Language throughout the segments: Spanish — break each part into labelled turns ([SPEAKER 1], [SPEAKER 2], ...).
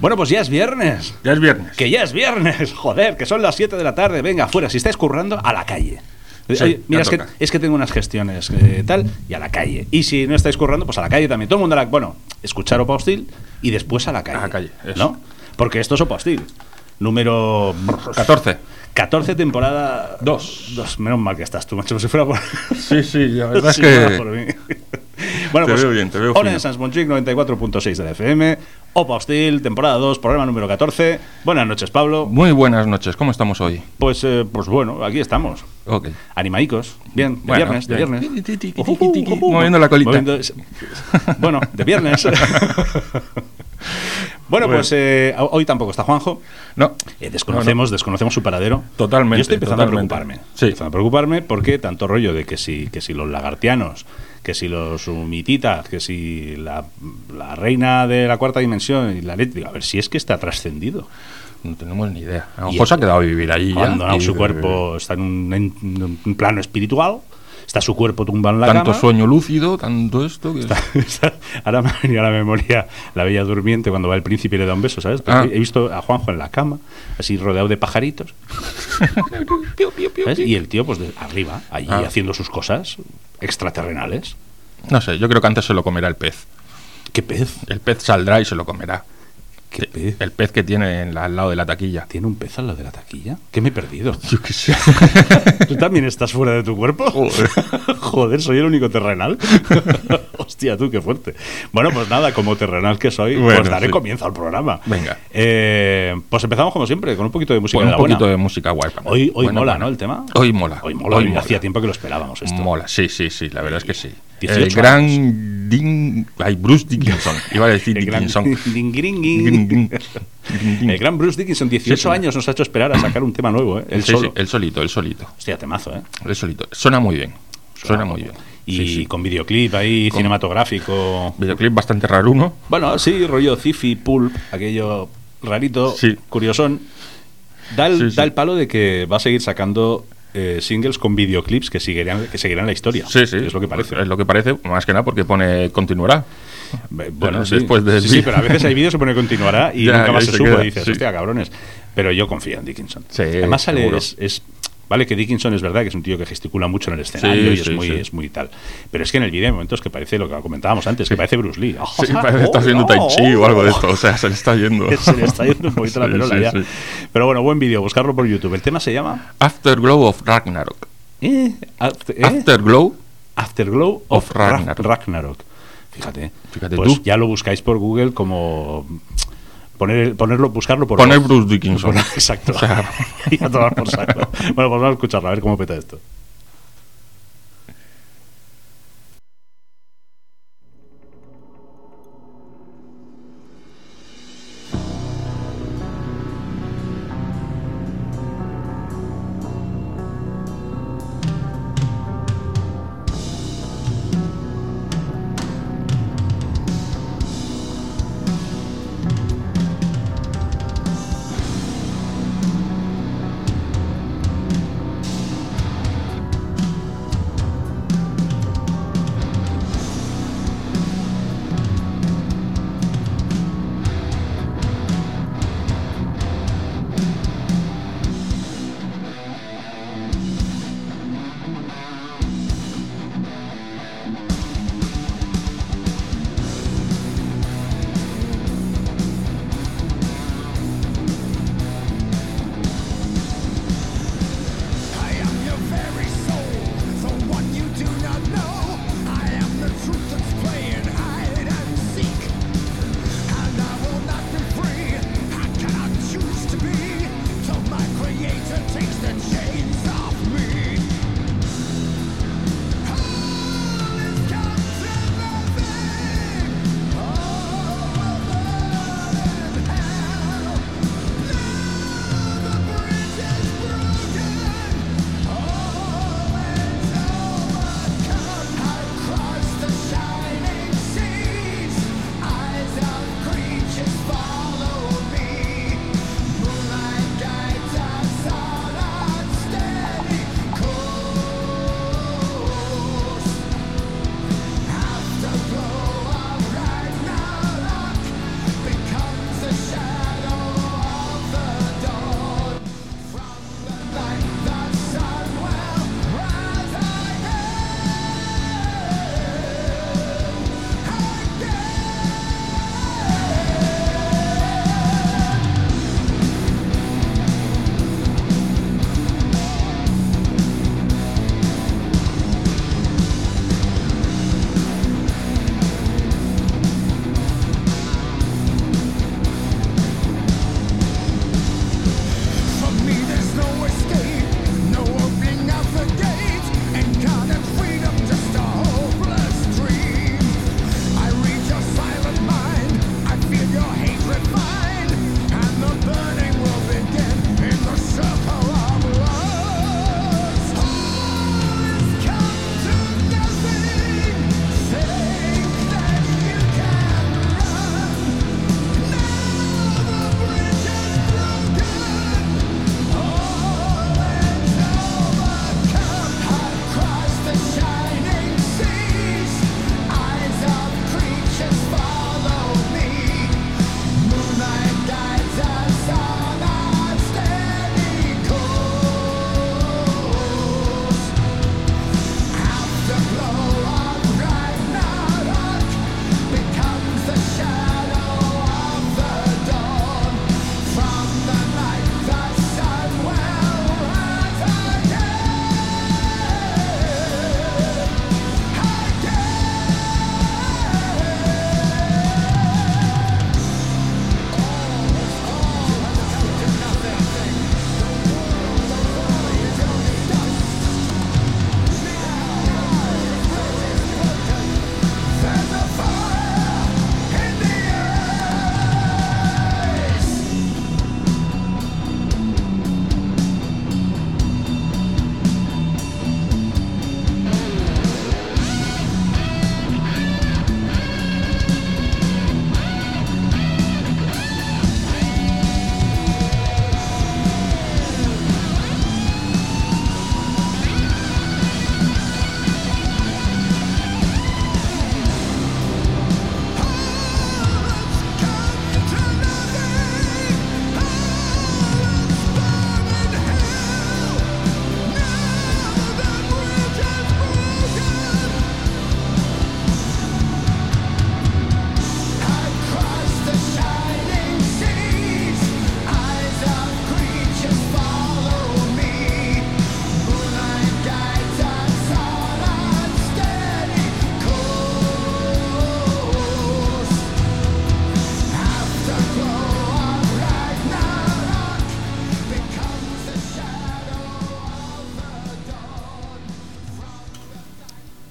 [SPEAKER 1] Bueno, pues ya es viernes.
[SPEAKER 2] Ya es viernes.
[SPEAKER 1] Que ya es viernes, joder, que son las 7 de la tarde. Venga, afuera, si estáis currando, a la calle.
[SPEAKER 2] Sí,
[SPEAKER 1] Oye, mira,
[SPEAKER 2] ya
[SPEAKER 1] es que,
[SPEAKER 2] toca.
[SPEAKER 1] es que tengo unas gestiones eh, tal, y a la calle. Y si no estáis currando, pues a la calle también. Todo el mundo a la. Bueno, escuchar Opa Hostil y después a la calle.
[SPEAKER 2] A la calle, eso.
[SPEAKER 1] ¿No? Porque esto es Opa Hostil. Número
[SPEAKER 2] 14.
[SPEAKER 1] 14, temporada.
[SPEAKER 2] Dos.
[SPEAKER 1] Dos. Menos mal que estás tú, macho. Si fuera por.
[SPEAKER 2] Sí, sí, la
[SPEAKER 1] Si fuera por mí. Bueno,
[SPEAKER 2] Te
[SPEAKER 1] pues.
[SPEAKER 2] veo bien, te veo
[SPEAKER 1] Hola
[SPEAKER 2] fino.
[SPEAKER 1] en Sans Montjuic, 94.6 de la FM. Opa Hostil, temporada 2, programa número 14. Buenas noches, Pablo.
[SPEAKER 2] Muy buenas noches, ¿cómo estamos hoy?
[SPEAKER 1] Pues, eh, pues bueno, aquí estamos.
[SPEAKER 2] Ok.
[SPEAKER 1] Animaicos. Bien, de
[SPEAKER 2] Bueno,
[SPEAKER 1] viernes, de
[SPEAKER 2] bien.
[SPEAKER 1] viernes.
[SPEAKER 2] Tiqui, tiqui,
[SPEAKER 1] Ujú,
[SPEAKER 2] tiqui, tiqui,
[SPEAKER 1] ujú.
[SPEAKER 2] moviendo la colita.
[SPEAKER 1] Bueno, de viernes. Bueno,
[SPEAKER 2] Bueno.
[SPEAKER 1] pues eh, hoy tampoco está Juanjo.
[SPEAKER 2] No,
[SPEAKER 1] Eh, desconocemos, desconocemos su paradero.
[SPEAKER 2] Totalmente,
[SPEAKER 1] Yo estoy empezando
[SPEAKER 2] totalmente.
[SPEAKER 1] a preocuparme.
[SPEAKER 2] Sí.
[SPEAKER 1] Empezando a preocuparme porque tanto rollo de que si, que si los lagartianos, que si los humititas, que si la, la reina de la cuarta dimensión y la letra. digo, A ver si es que está trascendido.
[SPEAKER 2] no, no tenemos ni idea. A lo
[SPEAKER 1] Y-
[SPEAKER 2] mejor se ha quedado a vivir allí.
[SPEAKER 1] Ha
[SPEAKER 2] ya,
[SPEAKER 1] abandonado
[SPEAKER 2] y-
[SPEAKER 1] su cuerpo, está en un, en un plano espiritual. Está su cuerpo tumbado en la
[SPEAKER 2] Tanto
[SPEAKER 1] cama.
[SPEAKER 2] sueño lúcido, tanto esto. Que...
[SPEAKER 1] Ahora me ha venido a la memoria la bella durmiente cuando va el príncipe y le da un beso, ¿sabes? Porque
[SPEAKER 2] Ah.
[SPEAKER 1] He visto a Juanjo en la cama, así rodeado de pajaritos. ¿sabes? Y el tío, pues de arriba, allí
[SPEAKER 2] Ah.
[SPEAKER 1] haciendo sus cosas extraterrenales.
[SPEAKER 2] No sé, yo creo que antes se lo comerá el pez.
[SPEAKER 1] ¿Qué pez?
[SPEAKER 2] El pez saldrá y se lo comerá.
[SPEAKER 1] ¿Qué
[SPEAKER 2] Sí,
[SPEAKER 1] pez?
[SPEAKER 2] El pez que tiene en la- al lado de la taquilla.
[SPEAKER 1] ¿Tiene un pez al lado de la taquilla? ¿Qué me he perdido?
[SPEAKER 2] Yo qué sé.
[SPEAKER 1] ¿Tú también estás fuera de tu cuerpo?
[SPEAKER 2] Joder.
[SPEAKER 1] Joder, soy el único terrenal. Hostia, tú, qué fuerte. Bueno, pues nada, como terrenal que soy, pues
[SPEAKER 2] Bueno,
[SPEAKER 1] daré
[SPEAKER 2] sí.
[SPEAKER 1] comienzo al programa.
[SPEAKER 2] Venga.
[SPEAKER 1] Eh, pues empezamos como siempre, con un poquito de música de
[SPEAKER 2] Pon un
[SPEAKER 1] la
[SPEAKER 2] poquito
[SPEAKER 1] buena.
[SPEAKER 2] de música guay. para-
[SPEAKER 1] Hoy, hoy
[SPEAKER 2] buena,
[SPEAKER 1] mola,
[SPEAKER 2] buena.
[SPEAKER 1] ¿no? El tema.
[SPEAKER 2] Hoy mola.
[SPEAKER 1] Hoy mola.
[SPEAKER 2] Hoy
[SPEAKER 1] y
[SPEAKER 2] mola.
[SPEAKER 1] Hacía tiempo que lo esperábamos esto.
[SPEAKER 2] Mola, sí, sí, sí, la verdad es que sí.
[SPEAKER 1] 18
[SPEAKER 2] el gran Ding, ay, Bruce Dickinson, iba a decir
[SPEAKER 1] El gran,
[SPEAKER 2] Dickinson. Ding,
[SPEAKER 1] Dingringuin.
[SPEAKER 2] ding, ding, ding.
[SPEAKER 1] el gran Bruce Dickinson, 18
[SPEAKER 2] Sí, sí.
[SPEAKER 1] años nos ha hecho esperar a sacar un tema nuevo, ¿eh? El
[SPEAKER 2] Sí, sí,
[SPEAKER 1] solo.
[SPEAKER 2] el solito, el solito,
[SPEAKER 1] Hostia, temazo, ¿eh?
[SPEAKER 2] el solito. Suena muy bien, suena muy bien.
[SPEAKER 1] Y
[SPEAKER 2] Sí, sí.
[SPEAKER 1] con videoclip ahí,
[SPEAKER 2] Con-
[SPEAKER 1] cinematográfico.
[SPEAKER 2] Videoclip bastante raro uno.
[SPEAKER 1] Bueno, sí, rollo cifi, pulp, aquello rarito,
[SPEAKER 2] Sí.
[SPEAKER 1] curiosón. Da el,
[SPEAKER 2] Sí, sí.
[SPEAKER 1] da el palo de que va a seguir sacando eh, singles con videoclips que seguirán, que seguirán la historia.
[SPEAKER 2] Sí, sí.
[SPEAKER 1] Es lo que parece.
[SPEAKER 2] Es lo que parece, más que nada porque pone continuará.
[SPEAKER 1] Eh, Bueno,
[SPEAKER 2] Pero
[SPEAKER 1] sí.
[SPEAKER 2] después del
[SPEAKER 1] sí, sí,
[SPEAKER 2] vídeo.
[SPEAKER 1] pero a veces hay vídeos que pone continuará y
[SPEAKER 2] Ya,
[SPEAKER 1] nunca
[SPEAKER 2] y
[SPEAKER 1] más
[SPEAKER 2] ahí
[SPEAKER 1] se,
[SPEAKER 2] se
[SPEAKER 1] supo.
[SPEAKER 2] queda,
[SPEAKER 1] Y dices,
[SPEAKER 2] sí.
[SPEAKER 1] hostia, cabrones. Pero yo confío en Dickinson.
[SPEAKER 2] Sí,
[SPEAKER 1] Además sale,
[SPEAKER 2] seguro.
[SPEAKER 1] es, es- Vale que Dickinson es verdad que es un tío que gesticula mucho en el escenario
[SPEAKER 2] Sí,
[SPEAKER 1] y es,
[SPEAKER 2] sí,
[SPEAKER 1] muy,
[SPEAKER 2] sí.
[SPEAKER 1] es muy tal. Pero es que en el vídeo hay momentos que parece lo que comentábamos antes, que parece Bruce Lee.
[SPEAKER 2] Sí, parece que está haciendo tai chi o algo de esto, o sea, se le está yendo.
[SPEAKER 1] Oh, se le está yendo un poquito la
[SPEAKER 2] Sí,
[SPEAKER 1] perola
[SPEAKER 2] sí,
[SPEAKER 1] ya.
[SPEAKER 2] sí.
[SPEAKER 1] Pero bueno, buen vídeo, buscarlo por YouTube. El tema se llama
[SPEAKER 2] Afterglow of Ragnarok.
[SPEAKER 1] ¿eh? Aft- ¿eh?
[SPEAKER 2] Ah, Afterglow
[SPEAKER 1] Afterglow of,
[SPEAKER 2] Of Ragnarok.
[SPEAKER 1] Ragnar- Ragnarok. Fíjate.
[SPEAKER 2] Fíjate
[SPEAKER 1] pues
[SPEAKER 2] tú.
[SPEAKER 1] ya lo buscáis por Google como poner, ponerlo, buscarlo por
[SPEAKER 2] Poner
[SPEAKER 1] voz.
[SPEAKER 2] Bruce Dickinson.
[SPEAKER 1] Poner- Exacto.
[SPEAKER 2] O sea,
[SPEAKER 1] y a tomar por saco. Bueno, pues vamos a escucharlo, a ver cómo peta esto.
[SPEAKER 3] Thank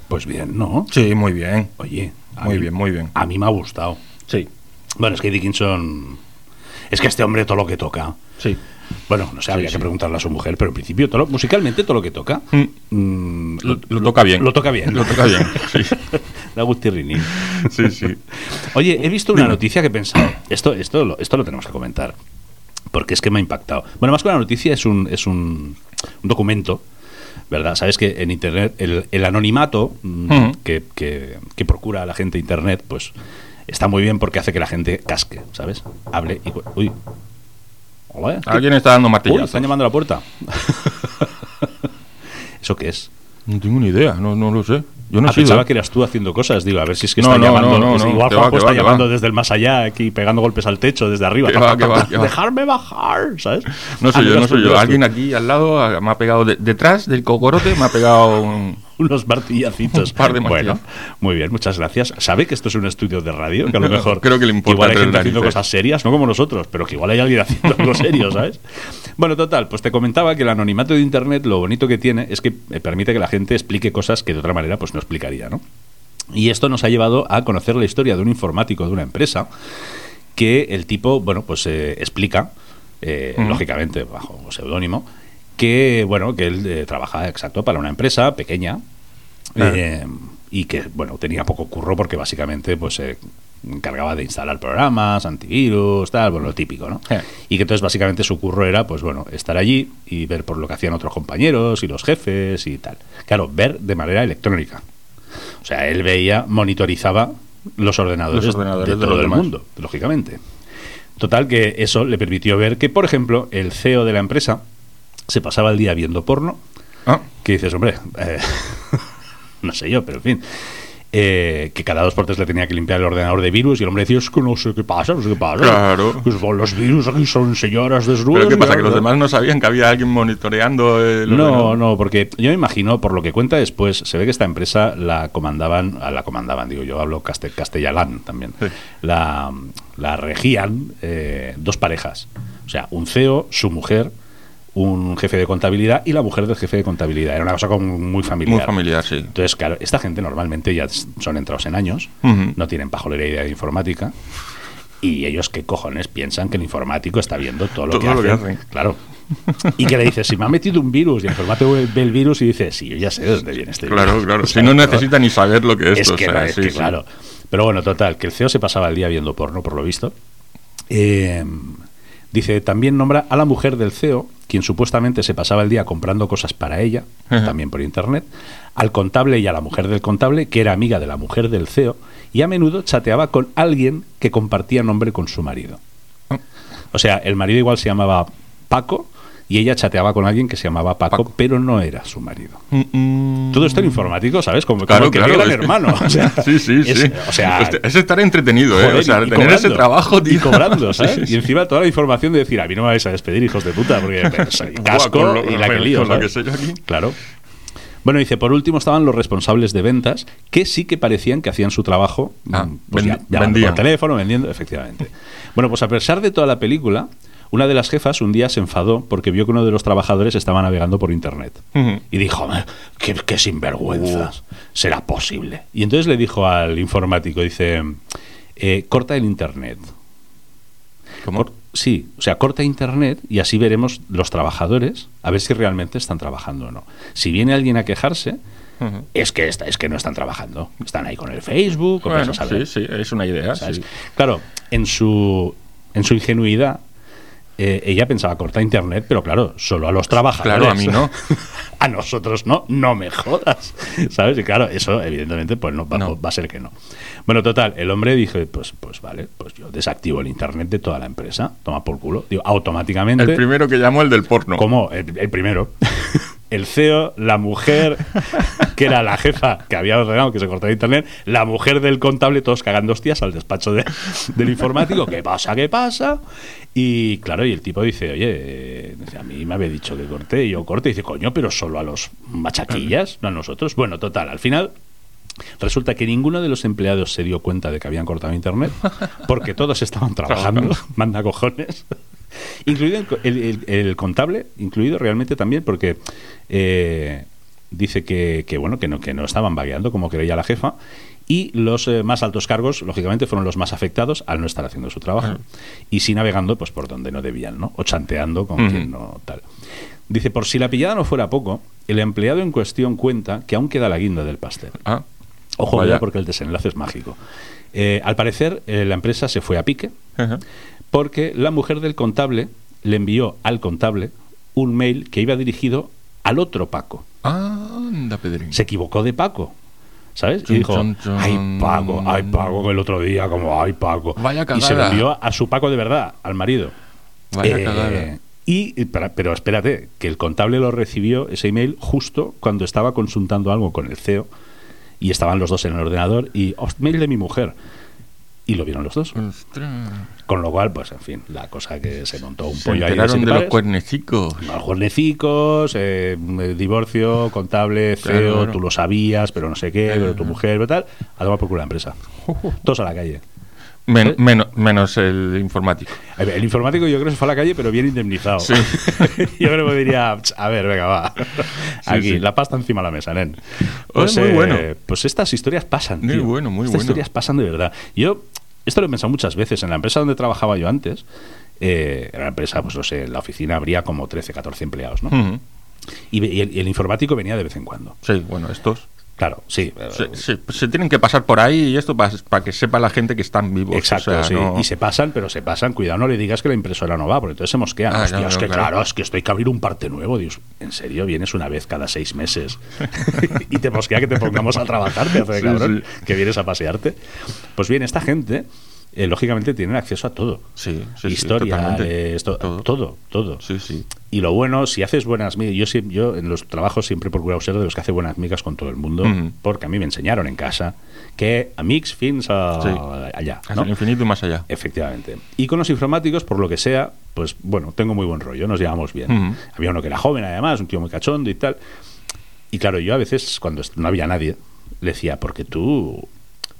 [SPEAKER 1] Pues bien, ¿no?
[SPEAKER 2] Sí, muy bien.
[SPEAKER 1] Oye, a
[SPEAKER 2] Muy
[SPEAKER 1] mí-
[SPEAKER 2] bien, muy bien.
[SPEAKER 1] A mí me ha gustado.
[SPEAKER 2] Sí,
[SPEAKER 1] Bueno, es que Dickinson. Es que este hombre todo lo que toca.
[SPEAKER 2] sí.
[SPEAKER 1] Bueno, no sé, habría
[SPEAKER 2] sí.
[SPEAKER 1] que preguntarle a su mujer, pero en principio, todo lo- musicalmente, todo lo que toca. mm,
[SPEAKER 2] Lo, lo toca bien.
[SPEAKER 1] Lo toca bien.
[SPEAKER 2] Lo toca bien. Sí,
[SPEAKER 1] Da gusto y rinín.
[SPEAKER 2] sí. sí.
[SPEAKER 1] Oye, he visto una noticia que he pensado. Esto, esto, lo- esto lo tenemos que comentar. Porque es que me ha impactado. Bueno, más que una noticia, es un, es un, un documento, ¿verdad? Sabes que en Internet el, el anonimato mm,
[SPEAKER 2] Ujú.
[SPEAKER 1] que, que- que procura la gente de Internet, pues está muy bien porque hace que la gente casque, ¿sabes? Hable y. cu- Uy. Hola. ¿qué-
[SPEAKER 2] Alguien está dando
[SPEAKER 1] Uy,
[SPEAKER 2] martillazos.
[SPEAKER 1] están llamando a la puerta. ¿Eso qué es?
[SPEAKER 2] No tengo ni idea, no, no lo sé. Yo no
[SPEAKER 1] Ah,
[SPEAKER 2] he sido. ¿eh?
[SPEAKER 1] pensaba que eras tú haciendo cosas. Digo, a ver si es que
[SPEAKER 2] No,
[SPEAKER 1] está
[SPEAKER 2] no,
[SPEAKER 1] llamando.
[SPEAKER 2] no, no,
[SPEAKER 1] es-
[SPEAKER 2] no,
[SPEAKER 1] Igual
[SPEAKER 2] que va,
[SPEAKER 1] Juanjo
[SPEAKER 2] que
[SPEAKER 1] está
[SPEAKER 2] va, que
[SPEAKER 1] llamando
[SPEAKER 2] va.
[SPEAKER 1] desde el más allá, aquí pegando golpes al techo desde arriba.
[SPEAKER 2] Que va, que va, que va.
[SPEAKER 1] Dejarme bajar, ¿sabes?
[SPEAKER 2] No
[SPEAKER 1] Ah,
[SPEAKER 2] soy yo,
[SPEAKER 1] eras
[SPEAKER 2] no
[SPEAKER 1] tú,
[SPEAKER 2] soy yo.
[SPEAKER 1] eras tú.
[SPEAKER 2] Alguien aquí al lado ah, me ha pegado de- detrás del cocorote, me ha pegado un...
[SPEAKER 1] Unos martillacitos.
[SPEAKER 2] Un par de
[SPEAKER 1] bueno,
[SPEAKER 2] martillazos.
[SPEAKER 1] muy bien, muchas gracias. ¿Sabe que esto es un estudio de radio? Que a lo
[SPEAKER 2] No,
[SPEAKER 1] mejor.
[SPEAKER 2] creo que le importa
[SPEAKER 1] Igual hay
[SPEAKER 2] tres
[SPEAKER 1] gente haciendo
[SPEAKER 2] narices.
[SPEAKER 1] cosas serias, no como nosotros, pero que igual hay alguien haciendo algo serio, ¿sabes? Bueno, total, pues te comentaba que el anonimato de Internet lo bonito que tiene es que eh, permite que la gente explique cosas que de otra manera pues no explicaría, ¿no? Y esto nos ha llevado a conocer la historia de un informático de una empresa que el tipo, bueno, pues eh, explica, eh,
[SPEAKER 2] Ujú.
[SPEAKER 1] lógicamente bajo seudónimo, que, bueno, que él eh, trabaja, exacto, para una empresa pequeña
[SPEAKER 2] Ah.
[SPEAKER 1] eh, y que, bueno, tenía poco curro porque básicamente, pues, se encargaba de instalar programas, antivirus, tal, bueno, lo típico, ¿no?
[SPEAKER 2] Eh.
[SPEAKER 1] Y que entonces básicamente su curro era, pues, bueno, estar allí y ver por lo que hacían otros compañeros y los jefes y tal. Claro, ver de manera electrónica. O sea, él veía, monitorizaba los ordenadores,
[SPEAKER 2] Los
[SPEAKER 1] de
[SPEAKER 2] ordenadores de
[SPEAKER 1] todo
[SPEAKER 2] los
[SPEAKER 1] el
[SPEAKER 2] demás.
[SPEAKER 1] mundo, lógicamente. Total, que eso le permitió ver que, por ejemplo, el CEO de la empresa se pasaba el día viendo porno,
[SPEAKER 2] Ah,
[SPEAKER 1] que dices, hombre, eh, no sé yo, pero en fin. eh, que cada dos por tres le tenía que limpiar el ordenador de virus y el hombre decía, es que no sé qué pasa, no sé qué pasa.
[SPEAKER 2] Claro.
[SPEAKER 1] Que son los virus aquí son señoras desnudas.
[SPEAKER 2] pero ¿qué pasa?
[SPEAKER 1] y-
[SPEAKER 2] ¿Que los demás no sabían que había alguien monitoreando eh, el
[SPEAKER 1] no,
[SPEAKER 2] ordenador?
[SPEAKER 1] no, porque yo me imagino, por lo que cuenta después, se ve que esta empresa la comandaban, a la comandaban, digo yo, hablo caste- castellalán también,
[SPEAKER 2] Sí.
[SPEAKER 1] la, la regían eh, dos parejas, o sea, un CEO, su mujer, un jefe de contabilidad y la mujer del jefe de contabilidad, era una cosa como muy familiar.
[SPEAKER 2] Muy familiar, sí.
[SPEAKER 1] Entonces, claro, esta gente normalmente ya s- son entrados en años,
[SPEAKER 2] Ujú.
[SPEAKER 1] no tienen pajolera idea de informática. Y ellos, ¿qué cojones piensan que el informático está viendo todo lo,
[SPEAKER 2] Todo
[SPEAKER 1] que,
[SPEAKER 2] lo que
[SPEAKER 1] hacen?
[SPEAKER 2] hacen.
[SPEAKER 1] Claro. Y que le dice, si me ha metido un virus, y el informático ve ve el virus y dice, sí, yo ya sé de dónde viene este
[SPEAKER 2] Claro,
[SPEAKER 1] virus.
[SPEAKER 2] claro. Si
[SPEAKER 1] ¿Sabes?
[SPEAKER 2] no necesita ni saber lo que
[SPEAKER 1] Es
[SPEAKER 2] es esto.
[SPEAKER 1] que,
[SPEAKER 2] o sea,
[SPEAKER 1] no, es
[SPEAKER 2] sí,
[SPEAKER 1] que
[SPEAKER 2] sí.
[SPEAKER 1] claro. Pero bueno, total, que el CEO se pasaba el día viendo porno, por lo visto. Eh, dice, también nombra a la mujer del CEO, quien supuestamente se pasaba el día comprando cosas para ella,
[SPEAKER 2] Ajá.
[SPEAKER 1] también por internet, al contable y a la mujer del contable, que era amiga de la mujer del CEO, y a menudo chateaba con alguien que compartía nombre con su marido.
[SPEAKER 2] Ah.
[SPEAKER 1] O sea, el marido igual se llamaba Paco y ella chateaba con alguien que se llamaba Paco.
[SPEAKER 2] Paco.
[SPEAKER 1] pero no era su marido.
[SPEAKER 2] Mm, mm.
[SPEAKER 1] Todo esto en informático, ¿sabes? Como, como
[SPEAKER 2] Claro,
[SPEAKER 1] el que
[SPEAKER 2] claro.
[SPEAKER 1] viola al
[SPEAKER 2] es que-
[SPEAKER 1] hermano. O sea,
[SPEAKER 2] sí, sí,
[SPEAKER 1] es-
[SPEAKER 2] sí.
[SPEAKER 1] O sea,
[SPEAKER 2] Hostia, es estar entretenido, ¿eh?
[SPEAKER 1] joder,
[SPEAKER 2] O sea,
[SPEAKER 1] y- y
[SPEAKER 2] tener ese
[SPEAKER 1] cobrando,
[SPEAKER 2] trabajo, tío.
[SPEAKER 1] Y cobrando, ¿sabes?
[SPEAKER 2] Sí, sí.
[SPEAKER 1] Y encima toda la información de decir, a mí no me vais a despedir, hijos de puta, porque pues, soy
[SPEAKER 2] Buah,
[SPEAKER 1] casco
[SPEAKER 2] con lo-
[SPEAKER 1] y la que lío,
[SPEAKER 2] con lo
[SPEAKER 1] ¿sabes?
[SPEAKER 2] que sé yo aquí.
[SPEAKER 1] Claro. Bueno, dice, por último estaban los responsables de ventas, que sí que parecían que hacían su trabajo,
[SPEAKER 2] Ah,
[SPEAKER 1] mm, pues
[SPEAKER 2] vendi-
[SPEAKER 1] ya, llamando
[SPEAKER 2] vendían.
[SPEAKER 1] por teléfono, vendiendo, efectivamente. Bueno, pues a pesar de toda la película, una de las jefas un día se enfadó porque vio que uno de los trabajadores estaba navegando por internet.
[SPEAKER 2] Ujú.
[SPEAKER 1] Y dijo, "Me- qué, qué sinvergüenzas, será posible. Y entonces le dijo al informático, dice, "Eh, corta el Internet.
[SPEAKER 2] ¿Cómo?
[SPEAKER 1] Cor- sí, o sea, corta Internet y así veremos los trabajadores, a ver si realmente están trabajando o no. Si viene alguien a quejarse,
[SPEAKER 2] Ujú.
[SPEAKER 1] es que, está- es que no están trabajando. Están ahí con el Facebook, con
[SPEAKER 2] Bueno,
[SPEAKER 1] esas a ver.
[SPEAKER 2] sí, sí, es una idea.
[SPEAKER 1] ¿sabes?
[SPEAKER 2] sí.
[SPEAKER 1] Claro, en su, en su ingenuidad, eh, ella pensaba cortar internet, pero claro, solo a los trabajadores.
[SPEAKER 2] Claro, a mí no.
[SPEAKER 1] a nosotros no, no me jodas. ¿Sabes? Y claro, eso evidentemente pues no va,
[SPEAKER 2] No.
[SPEAKER 1] va a ser que no. Bueno, total, el hombre dijo, pues, pues vale, pues yo desactivo el internet de toda la empresa, toma por culo. Digo, automáticamente.
[SPEAKER 2] El primero que llamó el del porno.
[SPEAKER 1] ¿Cómo? El, el primero. El CEO, la mujer que era la jefa que había ordenado que se cortara internet, la mujer del contable, todos cagando hostias al despacho de- del informático. ¿Qué pasa? ¿Qué pasa? Y claro, y el tipo dice, oye, eh, dice, a mí me había dicho que corté, y yo corté. Y dice, coño, pero solo a los machaquillas, no a nosotros. Bueno, total, al final Resulta que ninguno de los empleados se dio cuenta de que habían cortado internet porque todos estaban trabajando, manda cojones. Incluido el, co- el- el- el contable, incluido realmente también porque eh, dice que, que, bueno, que no, que no estaban vagueando, como creía la jefa, y los eh, más altos cargos, lógicamente, fueron los más afectados al no estar haciendo su trabajo.
[SPEAKER 2] Claro.
[SPEAKER 1] Y sí navegando, pues por donde no debían, ¿no? O chanteando con
[SPEAKER 2] Ujú.
[SPEAKER 1] quien no tal. Dice, por si la pillada no fuera poco, el empleado en cuestión cuenta que aún queda la guinda del pastel.
[SPEAKER 2] Ah,
[SPEAKER 1] Ojo,
[SPEAKER 2] Vaya.
[SPEAKER 1] cuidado, porque el desenlace es mágico. Eh, al parecer, eh, la empresa se fue a pique
[SPEAKER 2] ajá.
[SPEAKER 1] porque la mujer del contable le envió al contable un mail que iba dirigido al otro Paco.
[SPEAKER 2] Anda, Pedrín.
[SPEAKER 1] Se equivocó de Paco. ¿Sabes?
[SPEAKER 2] Chun,
[SPEAKER 1] y dijo,
[SPEAKER 2] chun, chun.
[SPEAKER 1] ay Paco, ay Paco, el otro día, como, ay Paco.
[SPEAKER 2] Vaya
[SPEAKER 1] y se lo
[SPEAKER 2] cagada.
[SPEAKER 1] envió a su Paco de verdad, al marido.
[SPEAKER 2] Vaya
[SPEAKER 1] Eh,
[SPEAKER 2] cagada.
[SPEAKER 1] Y, y para- pero espérate, que el contable lo recibió ese email justo cuando estaba consultando algo con el CEO y estaban los dos en el ordenador y "Oh, mail de mi mujer. Y lo vieron los dos.
[SPEAKER 2] Ostras.
[SPEAKER 1] Con lo cual, pues en fin, la cosa que se montó un
[SPEAKER 2] Se
[SPEAKER 1] pollo ahí. ¿Eh?
[SPEAKER 2] enteraron
[SPEAKER 1] siete
[SPEAKER 2] de los
[SPEAKER 1] pares.
[SPEAKER 2] cuernecicos.
[SPEAKER 1] A los cuernecicos, eh, eh, divorcio, contable, CEO,
[SPEAKER 2] Claro, claro.
[SPEAKER 1] tú lo sabías, pero no sé qué,
[SPEAKER 2] Claro.
[SPEAKER 1] pero tu mujer, pero tal. A tomar por culo la empresa. Todos a la calle.
[SPEAKER 2] Men- meno- menos el informático.
[SPEAKER 1] A ver, El informático yo creo que se fue a la calle, pero bien indemnizado.
[SPEAKER 2] Sí.
[SPEAKER 1] yo creo que diría, "Ch, a ver, venga, va. Aquí,
[SPEAKER 2] sí. Oh,
[SPEAKER 1] la pasta encima de la mesa, nen.
[SPEAKER 2] muy bueno.
[SPEAKER 1] Pues estas historias pasan,
[SPEAKER 2] Muy
[SPEAKER 1] tío.
[SPEAKER 2] bueno, muy
[SPEAKER 1] estas
[SPEAKER 2] bueno.
[SPEAKER 1] historias pasan de verdad. Yo, esto lo he pensado muchas veces. En la empresa donde trabajaba yo antes, eh, en la empresa, pues no sé, en la oficina habría como 13, 14 empleados, ¿no?
[SPEAKER 2] Ujú.
[SPEAKER 1] Y, ve- y el, y el informático venía de vez en cuando.
[SPEAKER 2] Sí, bueno, estos.
[SPEAKER 1] Claro, sí. eh,
[SPEAKER 2] Se, se- se tienen que pasar por ahí y esto para que sepa la gente que están vivos.
[SPEAKER 1] Exacto,
[SPEAKER 2] Pues, o sea,
[SPEAKER 1] sí.
[SPEAKER 2] no-
[SPEAKER 1] Y se pasan, pero se pasan. Cuidado, no le digas que la impresora no va, porque entonces se mosquean.
[SPEAKER 2] Ah,
[SPEAKER 1] Hostia,
[SPEAKER 2] claro,
[SPEAKER 1] es que
[SPEAKER 2] claro.
[SPEAKER 1] claro. es que estoy que abrir un parte nuevo. Dios, ¿en serio vienes una vez cada seis meses y te mosquea que te pongamos a trabajar, pedazo de
[SPEAKER 2] Sí,
[SPEAKER 1] cabrón, que vienes a pasearte? Pues bien, esta gente, eh, lógicamente, tienen acceso a todo.
[SPEAKER 2] Sí, sí, sí,
[SPEAKER 1] Historia,
[SPEAKER 2] totalmente.
[SPEAKER 1] todo,
[SPEAKER 2] Todo.
[SPEAKER 1] todo. Ah, todo.
[SPEAKER 2] Sí, sí.
[SPEAKER 1] Y lo bueno, si haces buenas migas, yo, siem- yo en los trabajos siempre he procurado ser de los que hace buenas migas con todo el mundo,
[SPEAKER 2] Ujú.
[SPEAKER 1] porque a mí me enseñaron en casa que a mix fins a-
[SPEAKER 2] Sí.
[SPEAKER 1] allá.
[SPEAKER 2] Hasta
[SPEAKER 1] ¿no? Eh,
[SPEAKER 2] el infinito y más allá.
[SPEAKER 1] Efectivamente. Y con los informáticos, por lo que sea, pues bueno, tengo muy buen rollo, nos llevamos bien.
[SPEAKER 2] Ujú.
[SPEAKER 1] Había uno que era joven, además, un tío muy cachondo y tal. Y claro, yo a veces, cuando est- no había nadie, le decía, porque tú,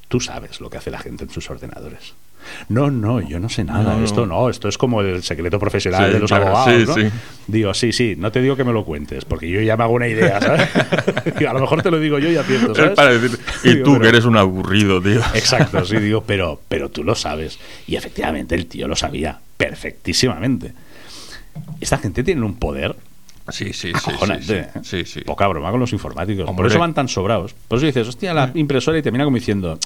[SPEAKER 1] tú sabes lo que hace la gente en sus ordenadores. No, no, yo no sé nada.
[SPEAKER 2] No, no.
[SPEAKER 1] Esto no, esto es como el secreto profesional
[SPEAKER 2] Sí,
[SPEAKER 1] de los
[SPEAKER 2] claro,
[SPEAKER 1] abogados.
[SPEAKER 2] sí,
[SPEAKER 1] ¿no?
[SPEAKER 2] sí.
[SPEAKER 1] Digo, sí, sí, no te digo que me lo cuentes, porque yo ya me hago una idea, ¿sabes? Digo, a lo mejor te lo digo yo y acierto, ¿sabes?
[SPEAKER 2] Es para decir, y
[SPEAKER 1] Digo,
[SPEAKER 2] tú que
[SPEAKER 1] pero-
[SPEAKER 2] eres un aburrido, tío.
[SPEAKER 1] Exacto, sí, digo, pero, pero tú lo sabes. Y efectivamente el tío lo sabía perfectísimamente. Esta gente tiene un poder
[SPEAKER 2] Sí, sí, sí, sí.
[SPEAKER 1] acojonante.
[SPEAKER 2] sí,
[SPEAKER 1] ¿eh?
[SPEAKER 2] sí.
[SPEAKER 1] Poca broma con los informáticos. Por
[SPEAKER 2] Hombre.
[SPEAKER 1] eso van tan sobrados. Por eso dices, hostia, la impresora y termina como diciendo,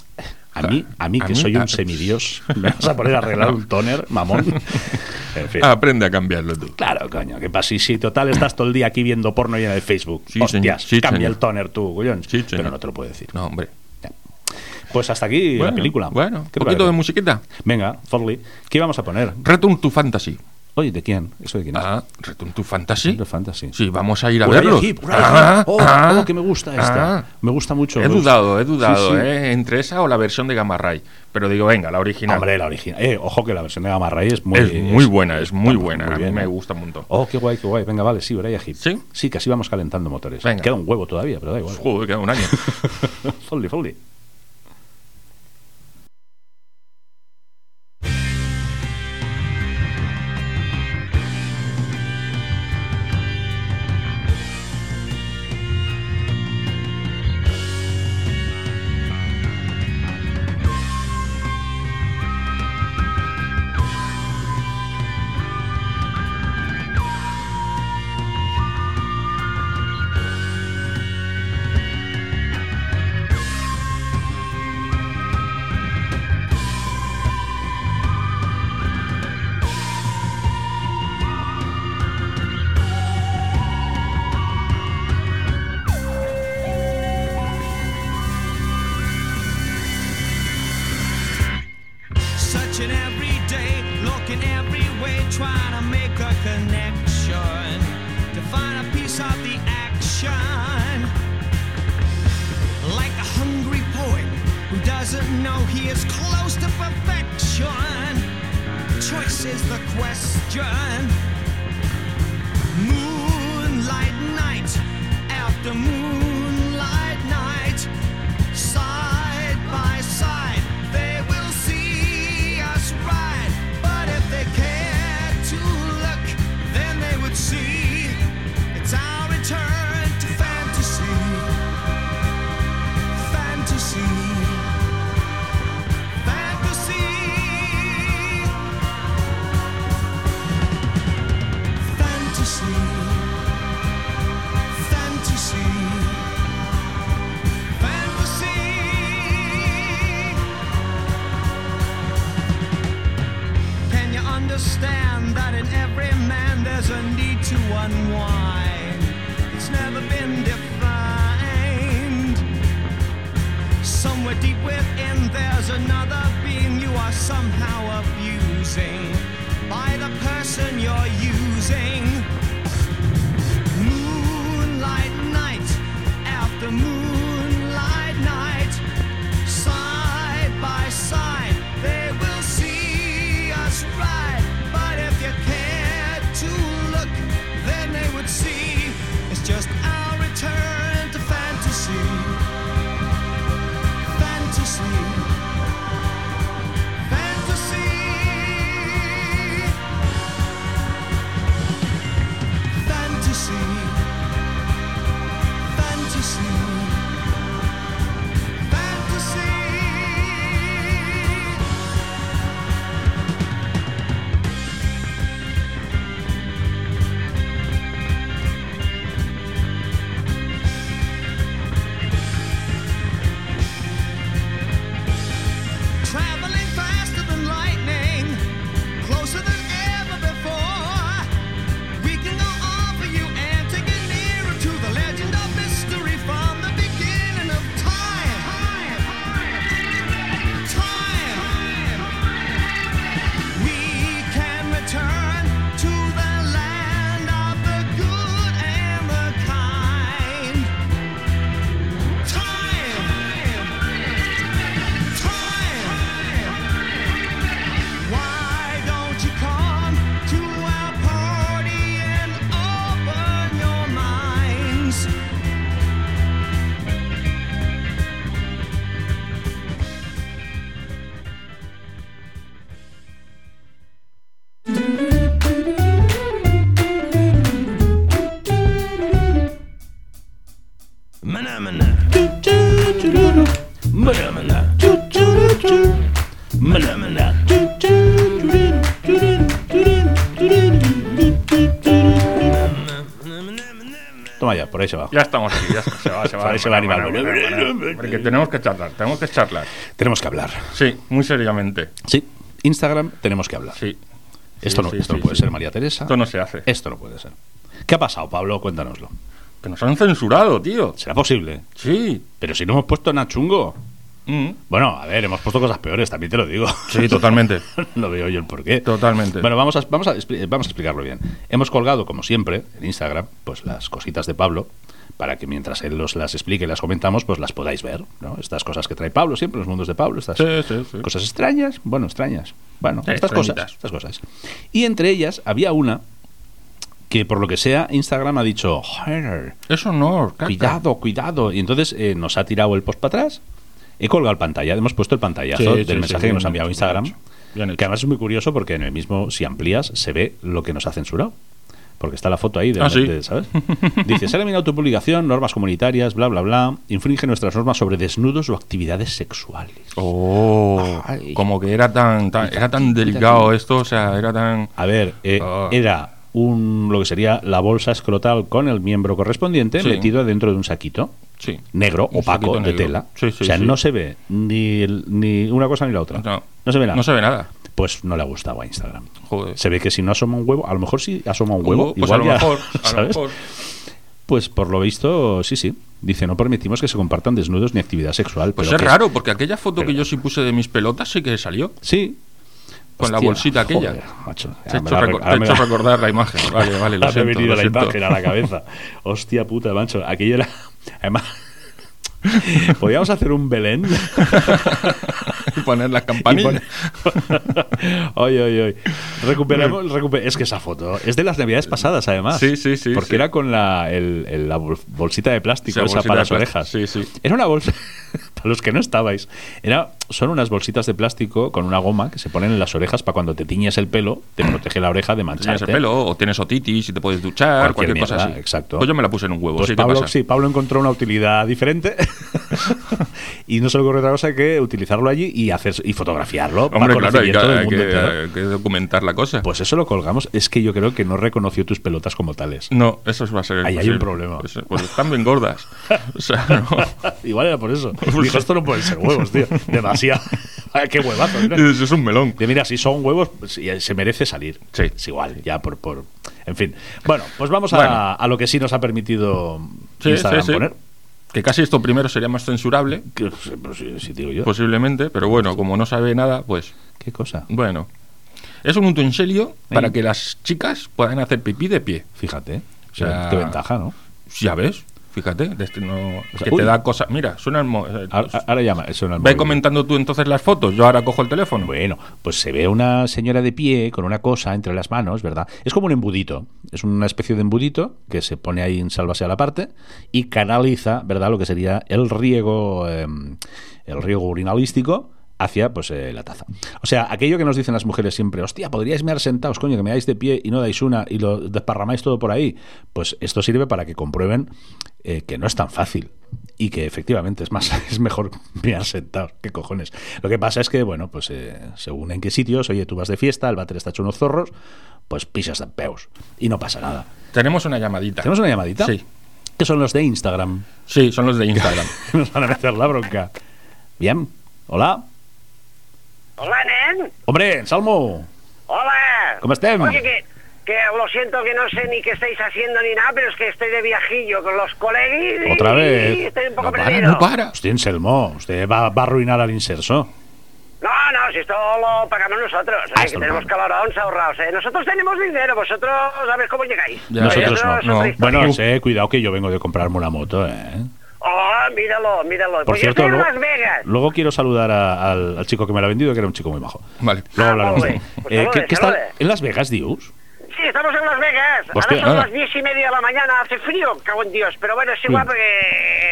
[SPEAKER 1] a mí, a mí
[SPEAKER 2] A
[SPEAKER 1] que
[SPEAKER 2] mí,
[SPEAKER 1] soy
[SPEAKER 2] a-
[SPEAKER 1] un semidios, me vas a poner a arreglar un toner, mamón. En fin.
[SPEAKER 2] Aprende a cambiarlo tú.
[SPEAKER 1] Claro, coño, que pasa? Sí, sí, total, estás todo el día aquí viendo porno y en el Facebook.
[SPEAKER 2] Sí,
[SPEAKER 1] Hostias,
[SPEAKER 2] señor, sí,
[SPEAKER 1] cambia
[SPEAKER 2] señor.
[SPEAKER 1] el toner tú, gullón.
[SPEAKER 2] Sí, señor.
[SPEAKER 1] Pero no te lo puedo decir.
[SPEAKER 2] No, hombre.
[SPEAKER 1] Pues hasta aquí la película.
[SPEAKER 2] Bueno, un
[SPEAKER 1] ¿Qué te parece?
[SPEAKER 2] poquito de musiquita.
[SPEAKER 1] Venga, Forley, ¿qué vamos a poner?
[SPEAKER 2] Return to Fantasy.
[SPEAKER 1] Oye, ¿de quién? ¿Eso de quién es?
[SPEAKER 2] Ah, Return to Fantasy.
[SPEAKER 1] De Fantasy.
[SPEAKER 2] Sí, vamos a ir a
[SPEAKER 1] Uriah
[SPEAKER 2] verlos.
[SPEAKER 1] Heep, Uriah
[SPEAKER 2] Ah,
[SPEAKER 1] Heep. oh,
[SPEAKER 2] ah,
[SPEAKER 1] oh, que me gusta esta.
[SPEAKER 2] ah.
[SPEAKER 1] Me gusta mucho.
[SPEAKER 2] He
[SPEAKER 1] me gusta.
[SPEAKER 2] dudado, he dudado,
[SPEAKER 1] Sí, sí.
[SPEAKER 2] ¿eh? Entre esa o la versión de Gamma Ray. Pero digo, venga, la original.
[SPEAKER 1] Hombre, la original. Eh, ojo que la versión de Gamma Ray es muy...
[SPEAKER 2] es muy buena, es muy
[SPEAKER 1] está
[SPEAKER 2] buena. a
[SPEAKER 1] bien,
[SPEAKER 2] mí me
[SPEAKER 1] ¿eh?
[SPEAKER 2] gusta un montón.
[SPEAKER 1] Oh, qué guay, qué guay. Venga, vale, sí, Uriah Heep.
[SPEAKER 2] ¿Sí?
[SPEAKER 1] Sí, que así vamos calentando motores.
[SPEAKER 2] Venga.
[SPEAKER 1] Queda un huevo todavía, pero da igual.
[SPEAKER 2] Joder, queda un año.
[SPEAKER 1] Folly, folly.
[SPEAKER 3] Searching every day, looking every way, trying to make a connection to find a piece of the action. Like a hungry poet who doesn't know he is close to perfection. Choice is the question. Moonlight night after moonlight night side by side. They will see us ride, but if they care to look, then they would see it's our return to fantasy. unwind. It's never been defined. Somewhere deep within, there's another being you are somehow abusing by the person you're using. Moonlight night after moonlight night, side by side, they will see us ride. But if you care to look, then they would see it's just our return to fantasy fantasy. Fantasy. Fantasy. Fantasy. Fantasy. traveling faster than lightning, closer than ever before. We can go over you and take it nearer to the legend of mystery from the beginning of time. Time. We can return to the land of the good and the kind. Time. Time. Why don't you come to our party and open your minds?
[SPEAKER 1] Toma ya, por ahí se va.
[SPEAKER 2] Ya estamos aquí, ya se va, se va.
[SPEAKER 1] Ahí se va el
[SPEAKER 2] Bueno,
[SPEAKER 1] animal.
[SPEAKER 2] bueno, bueno, bueno, Porque tenemos que charlar, tenemos que charlar.
[SPEAKER 1] Tenemos que hablar.
[SPEAKER 2] Sí, muy seriamente.
[SPEAKER 1] Sí. Instagram, tenemos que hablar.
[SPEAKER 2] Sí.
[SPEAKER 1] esto no,
[SPEAKER 2] Sí, sí,
[SPEAKER 1] esto no
[SPEAKER 2] sí,
[SPEAKER 1] puede
[SPEAKER 2] sí.
[SPEAKER 1] ser María Teresa.
[SPEAKER 2] Esto no se hace.
[SPEAKER 1] Esto no puede ser. ¿Qué ha pasado, Pablo? Cuéntanoslo.
[SPEAKER 2] Que nos han censurado, tío.
[SPEAKER 1] ¿Será posible?
[SPEAKER 2] Sí.
[SPEAKER 1] Pero si no hemos puesto nada chungo.
[SPEAKER 2] Mm.
[SPEAKER 1] Bueno, a ver, hemos puesto cosas peores, también te lo digo.
[SPEAKER 2] Sí, totalmente.
[SPEAKER 1] no veo yo el porqué.
[SPEAKER 2] Totalmente.
[SPEAKER 1] Bueno, vamos a, vamos, a, expli- vamos a explicarlo bien. Hemos colgado, como siempre, en Instagram, pues las cositas de Pablo, para que mientras él los, las explique y las comentamos, pues las podáis ver, ¿no? Estas cosas que trae Pablo siempre, los mundos de Pablo, estas
[SPEAKER 2] Sí, sí, sí.
[SPEAKER 1] cosas extrañas, bueno, extrañas, bueno,
[SPEAKER 2] Sí,
[SPEAKER 1] estas
[SPEAKER 2] extrañitas.
[SPEAKER 1] cosas, estas cosas. Y entre ellas había una que, por lo que sea, Instagram ha dicho, "Joder,
[SPEAKER 2] Eso no, caca.
[SPEAKER 1] Ah, cuidado, cuidado. Y entonces eh, nos ha tirado el post para atrás. He colgado el pantalla, hemos puesto el pantallazo
[SPEAKER 2] Sí,
[SPEAKER 1] del
[SPEAKER 2] sí, sí,
[SPEAKER 1] mensaje que
[SPEAKER 2] bien
[SPEAKER 1] nos ha enviado
[SPEAKER 2] hecho,
[SPEAKER 1] Instagram.
[SPEAKER 2] bien Bien hecho.
[SPEAKER 1] Que además es muy curioso porque en el mismo, si amplías, se ve lo que nos ha censurado. Porque está la foto ahí de,
[SPEAKER 2] Ah, sí.
[SPEAKER 1] de- ¿sabes? Dice, se ha eliminado tu publicación, normas comunitarias, bla, bla, bla. Infringe nuestras normas sobre desnudos o actividades sexuales.
[SPEAKER 2] Oh,
[SPEAKER 1] Ay.
[SPEAKER 2] como que era tan, tan- era tan delicado esto, o sea, era tan...
[SPEAKER 1] A ver, eh,
[SPEAKER 2] Ah.
[SPEAKER 1] era un lo que sería la bolsa escrotal con el miembro correspondiente
[SPEAKER 2] Sí.
[SPEAKER 1] metido dentro de un saquito.
[SPEAKER 2] Sí.
[SPEAKER 1] negro,
[SPEAKER 2] Un
[SPEAKER 1] opaco,
[SPEAKER 2] saquito
[SPEAKER 1] de
[SPEAKER 2] negro.
[SPEAKER 1] tela.
[SPEAKER 2] Sí, sí,
[SPEAKER 1] o sea,
[SPEAKER 2] sí.
[SPEAKER 1] no se ve ni, el- ni una cosa ni la otra.
[SPEAKER 2] No.
[SPEAKER 1] se ve nada.
[SPEAKER 2] No se ve nada.
[SPEAKER 1] Pues no le ha gustado a Instagram.
[SPEAKER 2] Joder.
[SPEAKER 1] Se ve que si no asoma un huevo, a lo mejor sí asoma un huevo.
[SPEAKER 2] pues
[SPEAKER 1] igual
[SPEAKER 2] a lo
[SPEAKER 1] ya,
[SPEAKER 2] mejor, a lo
[SPEAKER 1] ¿sabes?
[SPEAKER 2] mejor.
[SPEAKER 1] Pues por lo visto, sí, sí. Dice, no permitimos que se compartan desnudos ni actividad sexual.
[SPEAKER 2] Pues
[SPEAKER 1] pero
[SPEAKER 2] es
[SPEAKER 1] que-
[SPEAKER 2] raro, porque aquella foto que
[SPEAKER 1] pero-
[SPEAKER 2] yo sí puse de mis pelotas sí que salió.
[SPEAKER 1] Sí.
[SPEAKER 2] Con la
[SPEAKER 1] Hostia,
[SPEAKER 2] bolsita aquella.
[SPEAKER 1] joder, macho.
[SPEAKER 2] Te he
[SPEAKER 1] Ya
[SPEAKER 2] hecho,
[SPEAKER 1] me la-
[SPEAKER 2] recor-
[SPEAKER 1] ahora
[SPEAKER 2] te he
[SPEAKER 1] me
[SPEAKER 2] hecho
[SPEAKER 1] la-
[SPEAKER 2] recordar la imagen. Vale, vale, lo
[SPEAKER 1] Ha
[SPEAKER 2] siento.
[SPEAKER 1] venido
[SPEAKER 2] lo
[SPEAKER 1] la
[SPEAKER 2] siento.
[SPEAKER 1] imagen a la cabeza. Hostia puta, macho. Aquello era. Además. Podíamos hacer un Belén.
[SPEAKER 2] Y poner las
[SPEAKER 1] Y
[SPEAKER 2] campanillas.
[SPEAKER 1] pone- Oye, oye, oye. Recuperamos, recupe- Es que esa foto es de las navidades pasadas, además.
[SPEAKER 2] Sí, sí, sí,
[SPEAKER 1] Porque
[SPEAKER 2] sí.
[SPEAKER 1] era con la, el- el- la bol- bolsita de plástico,
[SPEAKER 2] Sí, la
[SPEAKER 1] esa
[SPEAKER 2] bolsita
[SPEAKER 1] para
[SPEAKER 2] de
[SPEAKER 1] las
[SPEAKER 2] plástico.
[SPEAKER 1] orejas.
[SPEAKER 2] Sí, sí.
[SPEAKER 1] Era una bolsa. Para los que no estabais, era, son unas bolsitas de plástico con una goma que se ponen en las orejas para cuando te tiñes el pelo, te protege la oreja de
[SPEAKER 2] Tienes
[SPEAKER 1] mancharte.
[SPEAKER 2] el pelo, o tienes otitis y te puedes duchar,
[SPEAKER 1] Cualquier
[SPEAKER 2] cualquier, cosa
[SPEAKER 1] mierda,
[SPEAKER 2] así.
[SPEAKER 1] exacto.
[SPEAKER 2] Pues yo me la puse en un huevo,
[SPEAKER 1] Pues
[SPEAKER 2] sí, ¿qué
[SPEAKER 1] Pablo,
[SPEAKER 2] pasa?
[SPEAKER 1] sí, Pablo encontró una utilidad diferente y no se le ocurrió otra cosa que utilizarlo allí y hacer y fotografiarlo para
[SPEAKER 2] Hombre, claro, hay que,
[SPEAKER 1] conocimiento del
[SPEAKER 2] hay
[SPEAKER 1] mundo
[SPEAKER 2] que-
[SPEAKER 1] entero.
[SPEAKER 2] hay que documentar la cosa.
[SPEAKER 1] Pues eso lo colgamos. Es que yo creo que no reconoció tus pelotas como tales.
[SPEAKER 2] no, eso va a ser.
[SPEAKER 1] Ahí hay un
[SPEAKER 2] imposible.
[SPEAKER 1] problema.
[SPEAKER 2] Pues, pues están bien gordas. O sea, no.
[SPEAKER 1] Igual era por eso.
[SPEAKER 2] Pues
[SPEAKER 1] Dijo,
[SPEAKER 2] sí.
[SPEAKER 1] esto no pueden ser huevos, tío. Demasiado. Ah, Qué huevazo. ¿no?
[SPEAKER 2] Dices, es un melón.
[SPEAKER 1] De mira, si son huevos, pues, sí, se eh, merece salir.
[SPEAKER 2] Sí.
[SPEAKER 1] Es igual, ya por, por... En fin. Bueno, pues vamos a,
[SPEAKER 2] Bueno.
[SPEAKER 1] a lo que sí nos ha permitido
[SPEAKER 2] Sí,
[SPEAKER 1] Instagram
[SPEAKER 2] sí, sí.
[SPEAKER 1] poner.
[SPEAKER 2] Que casi esto primero sería más censurable,
[SPEAKER 1] Que- pues, sí, sí, digo yo.
[SPEAKER 2] posiblemente, pero bueno, como no sabe nada, pues
[SPEAKER 1] ¿Qué cosa?
[SPEAKER 2] bueno. Es un utensilio
[SPEAKER 1] Sí.
[SPEAKER 2] para que las chicas puedan hacer pipí de pie.
[SPEAKER 1] Fíjate. O
[SPEAKER 2] sea,
[SPEAKER 1] qué ventaja, ¿no?
[SPEAKER 2] Ya ves, fíjate, de este no-
[SPEAKER 1] O sea,
[SPEAKER 2] que
[SPEAKER 1] uy. Ah,
[SPEAKER 2] te da cosas. Mira, suena el mo- eh,
[SPEAKER 1] Ahora, ahora llama. Eso en el
[SPEAKER 2] Ve
[SPEAKER 1] móvil.
[SPEAKER 2] comentando tú entonces las fotos, yo ahora cojo el teléfono.
[SPEAKER 1] Bueno, pues se ve una señora de pie con una cosa entre las manos, ¿verdad? Es como un embudito. Es una especie de embudito que se pone ahí en sálvase a la parte y canaliza, ¿verdad? Lo que sería el riego, eh, el riego urinalístico hacia pues eh, la taza. O sea, aquello que nos dicen las mujeres siempre, hostia, podríais mear sentados, coño, que me dais de pie y no dais una y lo desparramáis todo por ahí. Pues esto sirve para que comprueben eh, que no es tan fácil y que efectivamente es más es mejor mirar sentados qué cojones lo que pasa es que bueno pues eh, según en qué sitios oye tú vas de fiesta el váter está hecho unos zorros pues pisas de peos y no pasa nada
[SPEAKER 2] Tenemos una llamadita.
[SPEAKER 1] tenemos una llamadita
[SPEAKER 2] Sí.
[SPEAKER 1] que son los de Instagram
[SPEAKER 2] Sí, son los de Instagram.
[SPEAKER 1] nos van a meter la bronca bien hola
[SPEAKER 4] Hola, nen.
[SPEAKER 1] hombre Salmo
[SPEAKER 4] Hola.
[SPEAKER 1] ¿Cómo estem?
[SPEAKER 4] Oye, que, que lo siento que no sé ni qué estáis haciendo ni nada, pero es que estoy de viajillo con los colegas. y-
[SPEAKER 1] otra
[SPEAKER 4] Y
[SPEAKER 1] vez
[SPEAKER 4] estoy un poco
[SPEAKER 1] no para
[SPEAKER 4] perdido.
[SPEAKER 1] no para usted en Selmo usted va, va a arruinar al inserso
[SPEAKER 4] no, no, si esto lo pagamos nosotros. eh,
[SPEAKER 1] Ah,
[SPEAKER 4] que
[SPEAKER 1] esto lo
[SPEAKER 4] tenemos calorón ahorrados. Eh. Nosotros tenemos dinero, vosotros a ver cómo llegáis.
[SPEAKER 2] Ya,
[SPEAKER 1] nosotros
[SPEAKER 4] Eso
[SPEAKER 1] no,
[SPEAKER 4] es otra
[SPEAKER 2] no.
[SPEAKER 4] historia.
[SPEAKER 1] bueno no sé cuidado que yo vengo de comprarme una moto eh
[SPEAKER 4] Oh, míralo, míralo.
[SPEAKER 1] Por
[SPEAKER 4] pues
[SPEAKER 1] cierto,
[SPEAKER 4] yo estoy en
[SPEAKER 1] luego,
[SPEAKER 4] Las Vegas.
[SPEAKER 1] luego quiero saludar a- al, al chico que me la ha vendido, que era un chico muy bajo.
[SPEAKER 2] Vale.
[SPEAKER 1] Luego
[SPEAKER 4] Ah,
[SPEAKER 1] hablaremos.
[SPEAKER 4] molt bé.
[SPEAKER 1] de él.
[SPEAKER 4] Pues
[SPEAKER 1] Eh,
[SPEAKER 4] salude,
[SPEAKER 1] ¿qué- qué está
[SPEAKER 4] salude.
[SPEAKER 1] en Las Vegas, Dios?
[SPEAKER 4] Sí, estamos en Las Vegas.
[SPEAKER 1] Hostia,
[SPEAKER 4] Ahora son
[SPEAKER 2] ah.
[SPEAKER 4] las diez y media de la mañana. Hace frío, cago en Dios. Pero bueno, es igual porque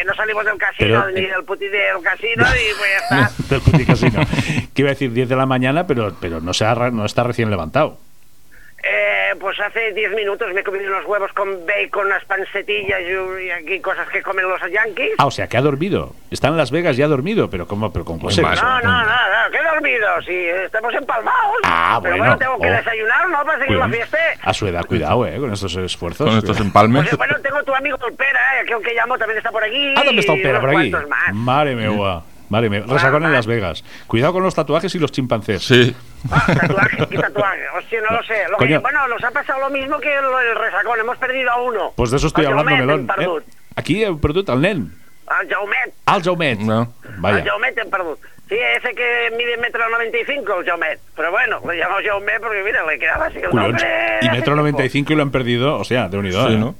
[SPEAKER 4] no salimos del casino,
[SPEAKER 1] Pero, eh,
[SPEAKER 4] ni del puti del casino, y pues ya está.
[SPEAKER 1] Del puti casino. que iba a decir 10 de la mañana, pero, pero no, se ha re- no está recién levantado.
[SPEAKER 4] Eh, pues hace 10 minutos me he comido unos huevos con bacon, unas pancetillas y, un- y aquí cosas que comen los yankees.
[SPEAKER 1] Ah, o sea, que ha dormido. Está en Las Vegas y ha dormido, pero ¿cómo? Pero con cosas.
[SPEAKER 2] mal.
[SPEAKER 4] No, no, no, no, que he dormido, sí, estamos empalmados.
[SPEAKER 1] Ah,
[SPEAKER 4] Pero
[SPEAKER 1] bueno.
[SPEAKER 4] bueno, tengo que
[SPEAKER 1] Oh. Pues, ah,
[SPEAKER 4] desayunar, ¿no? Para seguir la
[SPEAKER 1] Cuidado.
[SPEAKER 4] fiesta.
[SPEAKER 1] A su edad, cuidado, eh, con estos esfuerzos.
[SPEAKER 2] Con estos
[SPEAKER 1] Cuidado.
[SPEAKER 2] empalmes.
[SPEAKER 4] Pues, eh, bueno, tengo tu amigo Tolpera, eh, que aunque llamo también está por aquí.
[SPEAKER 2] em-
[SPEAKER 1] Ah, ¿dónde está
[SPEAKER 4] y
[SPEAKER 1] Opera?
[SPEAKER 4] unos
[SPEAKER 1] Por aquí. Mm.
[SPEAKER 4] cuantos más.
[SPEAKER 1] Madre mía, madre mía. Resacón en
[SPEAKER 4] más.
[SPEAKER 1] Las Vegas. Cuidado con los tatuajes y los chimpancés.
[SPEAKER 2] Sí.
[SPEAKER 4] Ah, tatuaje, ¿qué tatuaje? Hostia, no lo sé. Lo que-
[SPEAKER 1] Coño.
[SPEAKER 4] bueno, nos ha pasado lo mismo que lo del resacón, hemos perdido a uno.
[SPEAKER 1] Pues de eso estoy
[SPEAKER 4] Al
[SPEAKER 1] hablando,
[SPEAKER 4] Jaumet,
[SPEAKER 1] Melón.
[SPEAKER 4] en Pardut.
[SPEAKER 1] eh. Aquí, eh, perdut, al nen.
[SPEAKER 4] Al Jaumet.
[SPEAKER 1] Al Jaumet.
[SPEAKER 2] No.
[SPEAKER 1] Vaya.
[SPEAKER 4] Al Jaumet en Pardut. Sí, ese que mide metro 95, el Jaumet. Pero bueno, le llamamos Jaumet porque, mira, le quedaba así el
[SPEAKER 1] Culons.
[SPEAKER 4] nombre.
[SPEAKER 1] Y
[SPEAKER 4] hace
[SPEAKER 1] metro
[SPEAKER 4] tiempo.
[SPEAKER 1] 95 y lo han perdido, o sea, de unidad.
[SPEAKER 2] Sí,
[SPEAKER 1] ¿eh?
[SPEAKER 2] ¿no?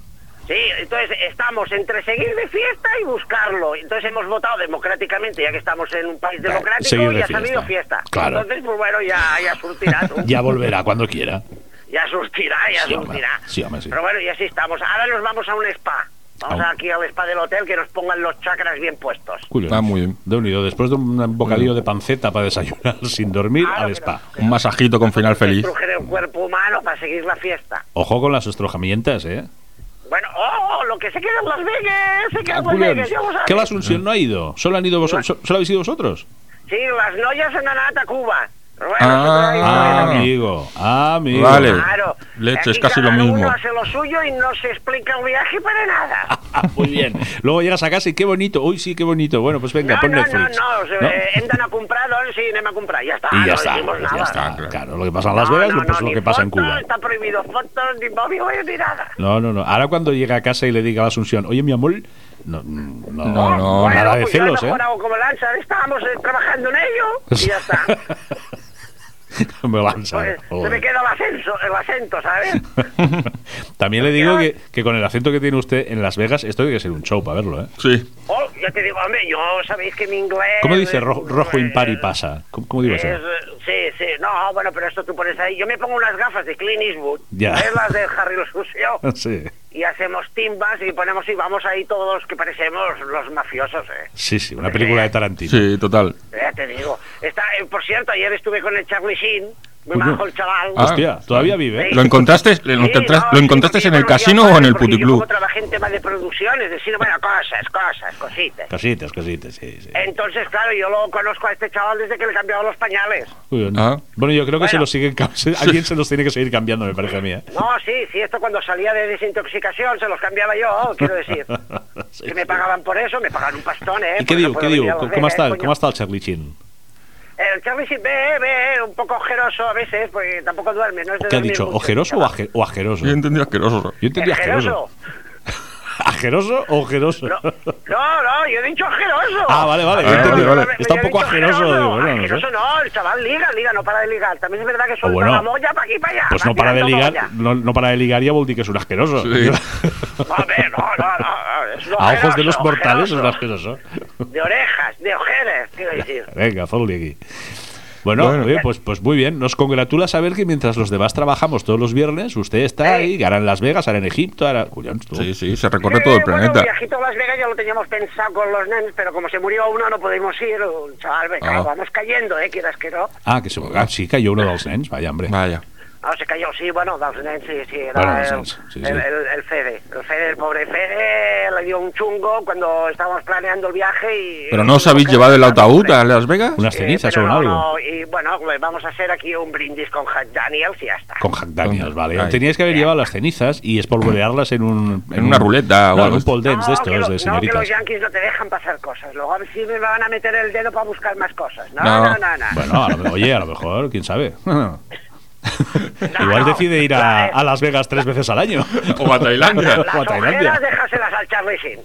[SPEAKER 4] Sí, entonces estamos entre seguir de fiesta y buscarlo. Entonces hemos votado democráticamente, ya que estamos en un país
[SPEAKER 1] seguir
[SPEAKER 4] democrático
[SPEAKER 1] de
[SPEAKER 4] y ha
[SPEAKER 1] fiesta.
[SPEAKER 4] salido fiesta.
[SPEAKER 1] Claro.
[SPEAKER 4] Entonces, pues bueno, ya, ya surtirá tú.
[SPEAKER 1] Ya volverá cuando quiera.
[SPEAKER 4] Ya surtirá, ya
[SPEAKER 1] Sí, hombre.
[SPEAKER 4] surtirá.
[SPEAKER 1] Sí, hombre, sí.
[SPEAKER 4] Pero bueno, y así estamos. Ahora nos vamos a un spa. Vamos
[SPEAKER 1] Au.
[SPEAKER 4] aquí al spa del hotel que nos pongan los chakras bien puestos.
[SPEAKER 1] Culons.
[SPEAKER 2] Ah, muy bien.
[SPEAKER 1] De unido, después de un bocadillo de panceta para desayunar sin dormir
[SPEAKER 4] Claro,
[SPEAKER 1] al
[SPEAKER 4] pero-
[SPEAKER 1] spa.
[SPEAKER 2] Un masajito con final feliz.
[SPEAKER 4] Destruir el cuerpo humano para seguir la fiesta.
[SPEAKER 1] Ojo con las estrojamientas, ¿eh?
[SPEAKER 4] Bueno, oh, lo que se queda en Las Vegas, se queda
[SPEAKER 1] Ah,
[SPEAKER 4] en Las Vegas,
[SPEAKER 1] Culons.
[SPEAKER 4] ya vos sabes.
[SPEAKER 1] ¿Qué la Asunción no ha ido? ¿Solo, han ido vosotros? so- ¿Solo habéis ido vosotros?
[SPEAKER 4] Sí, las noyas en Anata, Cuba. Pero bueno,
[SPEAKER 2] Ah,
[SPEAKER 4] nosotros ahí
[SPEAKER 1] Ah,
[SPEAKER 4] no-
[SPEAKER 1] amigo. Ah, amigo.
[SPEAKER 2] Vale.
[SPEAKER 4] Claro,
[SPEAKER 2] Leche,
[SPEAKER 4] Aquí
[SPEAKER 2] es casi
[SPEAKER 4] cada
[SPEAKER 2] lo mismo.
[SPEAKER 4] Uno hace lo suyo y no se explica el viaje para nada.
[SPEAKER 1] Ah, muy bien. Luego llegas a casa y qué bonito. Uy, sí, qué bonito. Bueno, pues venga,
[SPEAKER 4] no,
[SPEAKER 1] pon
[SPEAKER 4] no, no,
[SPEAKER 1] Netflix.
[SPEAKER 4] no, se-
[SPEAKER 1] ¿No?
[SPEAKER 4] eh, hem d'anar a comprar, doncs, sí, anem a comprar. Ja està,
[SPEAKER 1] Y ya
[SPEAKER 4] Ah, no
[SPEAKER 1] está. pues
[SPEAKER 4] hicimos
[SPEAKER 1] Ya
[SPEAKER 4] nada.
[SPEAKER 1] está.
[SPEAKER 2] Claro.
[SPEAKER 1] Claro, lo que pasa en Las Vegas, pues, lo
[SPEAKER 4] ni
[SPEAKER 1] que pasa en
[SPEAKER 4] fotos,
[SPEAKER 1] Cuba.
[SPEAKER 4] Está prohibido fotos, ni móviles, ni nada.
[SPEAKER 1] No, no, no. Ahora cuando llega a casa y le diga a la Asunción, oye, mi amor, no, no,
[SPEAKER 2] No, no.
[SPEAKER 4] Bueno,
[SPEAKER 1] nada de
[SPEAKER 4] pues yo
[SPEAKER 1] celos,
[SPEAKER 4] he
[SPEAKER 1] ¿eh?
[SPEAKER 4] mejorado como lanza, estábamos eh, trabajando en ello y ya está.
[SPEAKER 1] me lanza.
[SPEAKER 4] Pues, se
[SPEAKER 1] joder.
[SPEAKER 4] me queda el acento, el acento, ¿sabes?
[SPEAKER 1] También le digo que, que con el acento que tiene usted en Las Vegas, esto tiene que ser un show para verlo, ¿eh?
[SPEAKER 2] Sí.
[SPEAKER 4] Oh, ya te digo, hombre, yo sabéis que mi inglés...
[SPEAKER 1] ¿Cómo dice ro-
[SPEAKER 4] eh,
[SPEAKER 1] rojo impar y
[SPEAKER 4] eh,
[SPEAKER 1] pasa? ¿Cómo, cómo digo
[SPEAKER 4] es,
[SPEAKER 1] eso?
[SPEAKER 4] eh, sí, sí, no, bueno, pero esto tú pones ahí. Yo me pongo unas gafas de Clint Eastwood,
[SPEAKER 1] Ya.
[SPEAKER 4] ¿ves? las de Harry lo sucio,
[SPEAKER 1] Sí,
[SPEAKER 4] y hacemos timbas y ponemos y vamos ahí todos los que parecemos los mafiosos, ¿eh?
[SPEAKER 1] sí, sí, una película de Tarantino.
[SPEAKER 2] Sí, total.
[SPEAKER 4] Ya te digo. Está, eh, por cierto, ayer estuve con el Charlie Sheen, muy
[SPEAKER 1] Coño.
[SPEAKER 4] bajo el chaval.
[SPEAKER 2] Ah,
[SPEAKER 1] Hostia, todavía vive. ¿eh?
[SPEAKER 2] ¿Lo encontraste, lo
[SPEAKER 4] Sí,
[SPEAKER 2] encontraste-
[SPEAKER 4] no,
[SPEAKER 2] lo
[SPEAKER 4] sí,
[SPEAKER 2] encontraste
[SPEAKER 4] porque
[SPEAKER 2] en
[SPEAKER 4] yo
[SPEAKER 2] el
[SPEAKER 4] conocía
[SPEAKER 2] casino
[SPEAKER 4] a
[SPEAKER 2] o en el
[SPEAKER 4] Charlie porque Yo como
[SPEAKER 2] puticlub?
[SPEAKER 4] trabajé en tema de producciones, decir, bueno, cosas, cosas, cositas.
[SPEAKER 1] Casitas, casitas, sí, sí.
[SPEAKER 4] Entonces, claro, yo lo conozco a este chaval desde que le cambiaban los pañales.
[SPEAKER 1] Uy, no.
[SPEAKER 2] Ah.
[SPEAKER 1] Bueno, yo creo que se
[SPEAKER 4] Bueno.
[SPEAKER 1] los siguen cam- se- alguien se los tiene que seguir cambiando, me parece a mí. ¿eh?
[SPEAKER 4] No, sí, sí, esto cuando salía de desintoxicación se los cambiaba yo, quiero decir.
[SPEAKER 1] Sí,
[SPEAKER 4] que
[SPEAKER 1] sí.
[SPEAKER 4] me pagaban por eso, me pagaban un pastón, ¿eh?
[SPEAKER 1] ¿Y qué
[SPEAKER 4] Porque
[SPEAKER 1] digo?
[SPEAKER 4] no
[SPEAKER 1] ¿Qué
[SPEAKER 4] puedo
[SPEAKER 1] digo?
[SPEAKER 4] venir a Las
[SPEAKER 1] ¿Cómo
[SPEAKER 4] Vegas,
[SPEAKER 1] está, el-
[SPEAKER 4] coño.
[SPEAKER 1] ¿Cómo está el Charlie Chin?
[SPEAKER 4] El Charlie sí ve, ve, un poco ojeroso a veces, porque tampoco duerme. No es de
[SPEAKER 1] ¿Qué ha
[SPEAKER 4] dormir
[SPEAKER 1] dicho?
[SPEAKER 4] mucho,
[SPEAKER 1] ¿Ojeroso o,
[SPEAKER 4] chaval.
[SPEAKER 1] aje- o ajeroso?
[SPEAKER 2] Yo he entendido asqueroso.
[SPEAKER 1] Yo entendí
[SPEAKER 4] ¿Ojeroso?
[SPEAKER 1] asqueroso. ¿Ajeroso o ojeroso?
[SPEAKER 4] No, no, no, yo he dicho ojeroso.
[SPEAKER 1] Ah, vale, vale,
[SPEAKER 2] yo he entendido.
[SPEAKER 1] Está un
[SPEAKER 4] Yo he
[SPEAKER 1] poco
[SPEAKER 4] dicho
[SPEAKER 1] ajeroso,
[SPEAKER 4] ojeroso.
[SPEAKER 1] digo, bueno, no sé. Ah,
[SPEAKER 4] Ajeroso no, el chaval liga, liga, no para de ligar. También es verdad que suelta
[SPEAKER 1] bueno,
[SPEAKER 4] la molla para aquí para allá.
[SPEAKER 1] Pues
[SPEAKER 4] va
[SPEAKER 1] no para de
[SPEAKER 4] tirando
[SPEAKER 1] ligar, no,
[SPEAKER 4] molla.
[SPEAKER 1] no para de ligar y a Boldi que es un asqueroso.
[SPEAKER 2] Sí.
[SPEAKER 4] A ver, no, no, no. es un
[SPEAKER 1] A ojos de los
[SPEAKER 4] ojeroso,
[SPEAKER 1] mortales es un
[SPEAKER 4] ojeroso.
[SPEAKER 1] asqueroso.
[SPEAKER 4] De orejas, de ojeras, quiero decir.
[SPEAKER 1] Venga, Foldy aquí. Bueno,
[SPEAKER 2] Bueno.
[SPEAKER 1] oye, pues, pues muy bien. Nos congratula saber que mientras los demás trabajamos todos los viernes, usted está ahí, ahora en Las Vegas, ahora en Egipto, ahora... Julián, tú.
[SPEAKER 2] Sí, sí, se recorre todo el
[SPEAKER 4] Eh, bueno,
[SPEAKER 2] planeta.
[SPEAKER 4] viajito a Las Vegas ya lo teníamos pensado con los nenes, pero como se murió uno no pudimos ir. Un chaval, venga,
[SPEAKER 2] Ah.
[SPEAKER 4] vamos cayendo, eh, quieras que no.
[SPEAKER 1] Ah, que se... ah, sí, cayó uno de los nens, vaya hombre.
[SPEAKER 2] Vaya.
[SPEAKER 4] Ah, se cayó, sí, bueno, dels nens, sí, sí, era
[SPEAKER 1] Bueno, dels
[SPEAKER 4] el,
[SPEAKER 1] nens, sí,
[SPEAKER 4] el,
[SPEAKER 1] sí.
[SPEAKER 4] el- el Fede. El Fede, el pobre Fede, le dio un chungo cuando estábamos planeando el viaje y...
[SPEAKER 2] ¿Pero no os habéis llevado el ataúd a
[SPEAKER 4] Eh,
[SPEAKER 2] Las Vegas?
[SPEAKER 1] Unas cenizas
[SPEAKER 4] pero
[SPEAKER 1] o
[SPEAKER 4] no,
[SPEAKER 1] algo.
[SPEAKER 4] no, y bueno, le vamos a hacer aquí un brindis con Jack Daniels y ya está.
[SPEAKER 1] Con Jack Daniels, vale.
[SPEAKER 2] Ay.
[SPEAKER 1] Tenías que haber llevado las cenizas y espolvorearlas en un...
[SPEAKER 2] En una ruleta o
[SPEAKER 1] no, en
[SPEAKER 2] algo.
[SPEAKER 1] un pole dance de estos,
[SPEAKER 4] Ah, que
[SPEAKER 1] de
[SPEAKER 4] lo- no, que los
[SPEAKER 1] señoritas.
[SPEAKER 4] yankees no te dejan pasar cosas. Luego a ver si me van a meter el dedo para buscar más cosas. No,
[SPEAKER 2] No.
[SPEAKER 4] no, no, no.
[SPEAKER 1] Bueno, a lo mejor- oye, a lo mejor, quién sabe.
[SPEAKER 4] No,
[SPEAKER 1] Igual
[SPEAKER 4] no.
[SPEAKER 1] decide ir a,
[SPEAKER 4] La-
[SPEAKER 1] a Las Vegas tres veces al año.
[SPEAKER 2] O a Tailandia.
[SPEAKER 1] o a
[SPEAKER 4] Las
[SPEAKER 1] Tailandia.
[SPEAKER 4] ojeras déjaselas al Charlie Sheen.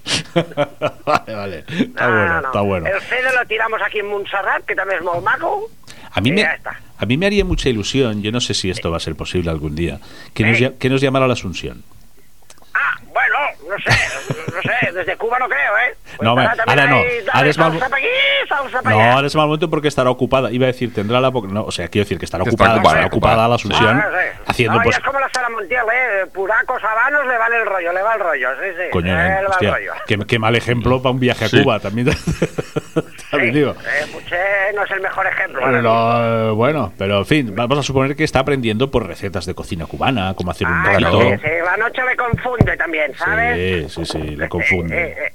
[SPEAKER 1] vale, vale. Está
[SPEAKER 4] No,
[SPEAKER 1] bueno,
[SPEAKER 4] no.
[SPEAKER 1] está bueno.
[SPEAKER 4] El Fede lo tiramos aquí en Montserrat, que también es molt maco.
[SPEAKER 1] A mí,
[SPEAKER 4] Y
[SPEAKER 1] me,
[SPEAKER 4] ya está.
[SPEAKER 1] a mí me haría mucha ilusión, yo no sé si esto va a ser posible algún día, que nos,
[SPEAKER 4] Sí.
[SPEAKER 1] lla- que nos llamara la Asunción.
[SPEAKER 4] Ah, bueno, no sé, no sé, desde Cuba no creo, ¿eh?
[SPEAKER 1] No, hombre,
[SPEAKER 4] estará también
[SPEAKER 1] ahora no,
[SPEAKER 4] ahí, dale
[SPEAKER 1] ahora es
[SPEAKER 4] salsa
[SPEAKER 1] mal-
[SPEAKER 4] pa' aquí, salsa pa'
[SPEAKER 1] No,
[SPEAKER 4] allá.
[SPEAKER 1] ahora es mal momento porque estará ocupada. Iba a decir, tendrá la... po- No, o sea, quiero decir que estará
[SPEAKER 2] Está
[SPEAKER 1] ocupada,
[SPEAKER 2] ocupada,
[SPEAKER 1] estará
[SPEAKER 2] ocupada.
[SPEAKER 1] ocupada la Asunción
[SPEAKER 4] Ah, sí.
[SPEAKER 1] haciendo
[SPEAKER 4] No, ya
[SPEAKER 1] pues...
[SPEAKER 4] es como la Sara Montiel, ¿eh? Puracos, habanos, le vale el rollo, le va el rollo, sí, sí.
[SPEAKER 1] Coño,
[SPEAKER 4] eh,
[SPEAKER 1] eh,
[SPEAKER 4] le va
[SPEAKER 1] hostia,
[SPEAKER 4] el rollo.
[SPEAKER 1] qué, qué mal ejemplo para un viaje a
[SPEAKER 2] Sí.
[SPEAKER 1] Cuba, también, también
[SPEAKER 4] Sí,
[SPEAKER 1] digo.
[SPEAKER 4] eh, Puché no es el mejor ejemplo. ahora mismo.
[SPEAKER 1] Pero, eh, bueno, pero en fin, vamos a suponer que está aprendiendo por recetas de cocina cubana, cómo hacer un
[SPEAKER 4] Ah,
[SPEAKER 1] plato.
[SPEAKER 4] sí, sí, la noche le confunde también, ¿sabes?
[SPEAKER 1] Sí, sí, sí, le confunde.
[SPEAKER 4] Eh, eh, eh.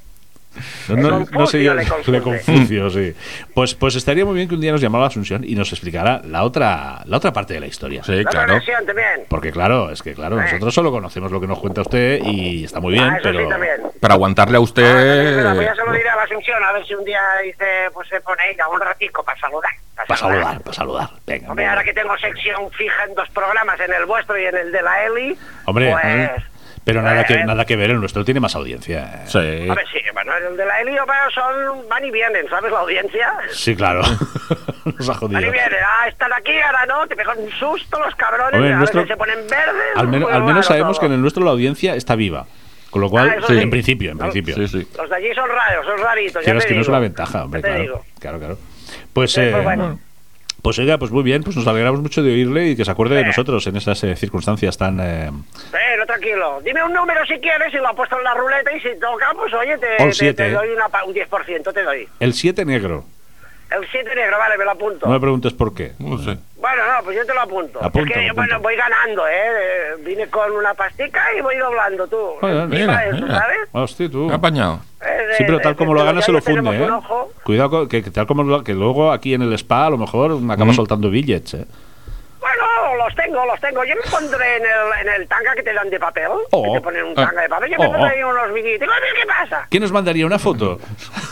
[SPEAKER 1] No, no,
[SPEAKER 4] Confucio
[SPEAKER 1] no sé yo,
[SPEAKER 4] le confunde.
[SPEAKER 1] le Confucio, sí. Pues, pues estaría muy bien que un día nos llamara la Asunción y nos explicara la otra, la otra parte de la historia.
[SPEAKER 2] Sí,
[SPEAKER 4] La
[SPEAKER 2] claro.
[SPEAKER 4] conexión también.
[SPEAKER 1] Porque claro, es que claro, nosotros solo conocemos lo que nos cuenta usted y está muy bien,
[SPEAKER 4] Ah, eso sí,
[SPEAKER 1] pero...
[SPEAKER 4] también.
[SPEAKER 2] Para aguantarle a
[SPEAKER 4] Ah, voy
[SPEAKER 2] usted. eh,
[SPEAKER 4] a saludar a la Asunción, a ver si un día dice, pues se pone ella un ratico para saludar.
[SPEAKER 1] Para saludar, para saludar. Venga.
[SPEAKER 4] Hombre, ahora que tengo sección fija en dos programas, en el vuestro y en el de la Eli,
[SPEAKER 1] Hombre,
[SPEAKER 4] pues...
[SPEAKER 1] ¿eh? pero nada que,
[SPEAKER 4] pues-
[SPEAKER 1] nada que ver, el nuestro tiene más audiencia. eh.
[SPEAKER 2] Sí.
[SPEAKER 4] A ver, sí, bueno, el de la Eli y Omar son, van y vienen, ¿sabes la audiencia?
[SPEAKER 1] Sí, claro. nos ha jodido.
[SPEAKER 4] Van y vienen, ah, están aquí, ahora no, te pegan un susto los cabrones,
[SPEAKER 1] Hombre, el
[SPEAKER 4] a
[SPEAKER 1] nuestro-
[SPEAKER 4] veces se ponen verdes...
[SPEAKER 1] Al, menos-
[SPEAKER 4] muy
[SPEAKER 1] al menos
[SPEAKER 4] raro
[SPEAKER 1] sabemos
[SPEAKER 4] todo.
[SPEAKER 1] que en el nuestro la audiencia está viva. Con lo cual,
[SPEAKER 4] Ah, eso sí.
[SPEAKER 1] en principio, en
[SPEAKER 4] Sí,
[SPEAKER 1] principio.
[SPEAKER 2] Sí, sí.
[SPEAKER 4] Los de allí son raros, son raritos, ya
[SPEAKER 1] Pero es
[SPEAKER 4] te
[SPEAKER 1] que no es
[SPEAKER 4] digo.
[SPEAKER 1] una ventaja, hombre,
[SPEAKER 4] Ya te
[SPEAKER 1] claro.
[SPEAKER 4] digo.
[SPEAKER 1] Claro, claro. Pues,
[SPEAKER 4] Sí, pues
[SPEAKER 1] eh,
[SPEAKER 4] bueno.
[SPEAKER 1] pues oiga, pues muy bien, pues nos alegramos mucho de oírle y que se acuerde de nosotros en esas eh, circunstancias tan... eh,
[SPEAKER 4] Pero tranquilo. Dime un número si quieres y lo apuesto en la ruleta y si toca, pues oye, te,
[SPEAKER 1] Pon
[SPEAKER 4] te-
[SPEAKER 1] siete,
[SPEAKER 4] te
[SPEAKER 1] eh.
[SPEAKER 4] doy una pa- un 10%, te doy.
[SPEAKER 1] El 7 negro.
[SPEAKER 4] El 7 negro, vale, me lo apunto.
[SPEAKER 1] No me preguntes por qué.
[SPEAKER 2] No sé.
[SPEAKER 4] Bueno, no, pues yo te lo apunto.
[SPEAKER 1] Apunta,
[SPEAKER 4] es que,
[SPEAKER 1] apunta.
[SPEAKER 4] bueno, voy ganando, ¿eh? Eh, Vine con una pastica y voy doblando, tú.
[SPEAKER 1] Joder,
[SPEAKER 4] Encima
[SPEAKER 2] mira,
[SPEAKER 4] de eso,
[SPEAKER 2] mira.
[SPEAKER 4] ¿sabes?
[SPEAKER 1] Hostia, tú.
[SPEAKER 2] Me ha apañado.
[SPEAKER 4] Eh,
[SPEAKER 1] Sí, pero
[SPEAKER 4] eh,
[SPEAKER 1] tal como lo
[SPEAKER 4] pero
[SPEAKER 1] gana
[SPEAKER 4] ya
[SPEAKER 1] se lo
[SPEAKER 4] le tenemos
[SPEAKER 1] funde, ¿eh?
[SPEAKER 4] un ojo.
[SPEAKER 1] Cuidado co- que, que tal como lo- que luego aquí en el spa a lo mejor acaba
[SPEAKER 2] Mm.
[SPEAKER 1] soltando billets, ¿eh?
[SPEAKER 4] Bueno, los tengo, los tengo. Yo me pondré en el, en el tanga que te dan de papel.
[SPEAKER 1] Oh.
[SPEAKER 4] Que te ponen un
[SPEAKER 2] Ah.
[SPEAKER 4] tanga de papel. Yo
[SPEAKER 1] Oh.
[SPEAKER 4] me pondré ahí unos billetes. A ver ¿Qué pasa?
[SPEAKER 1] ¿Quién nos mandaría una foto?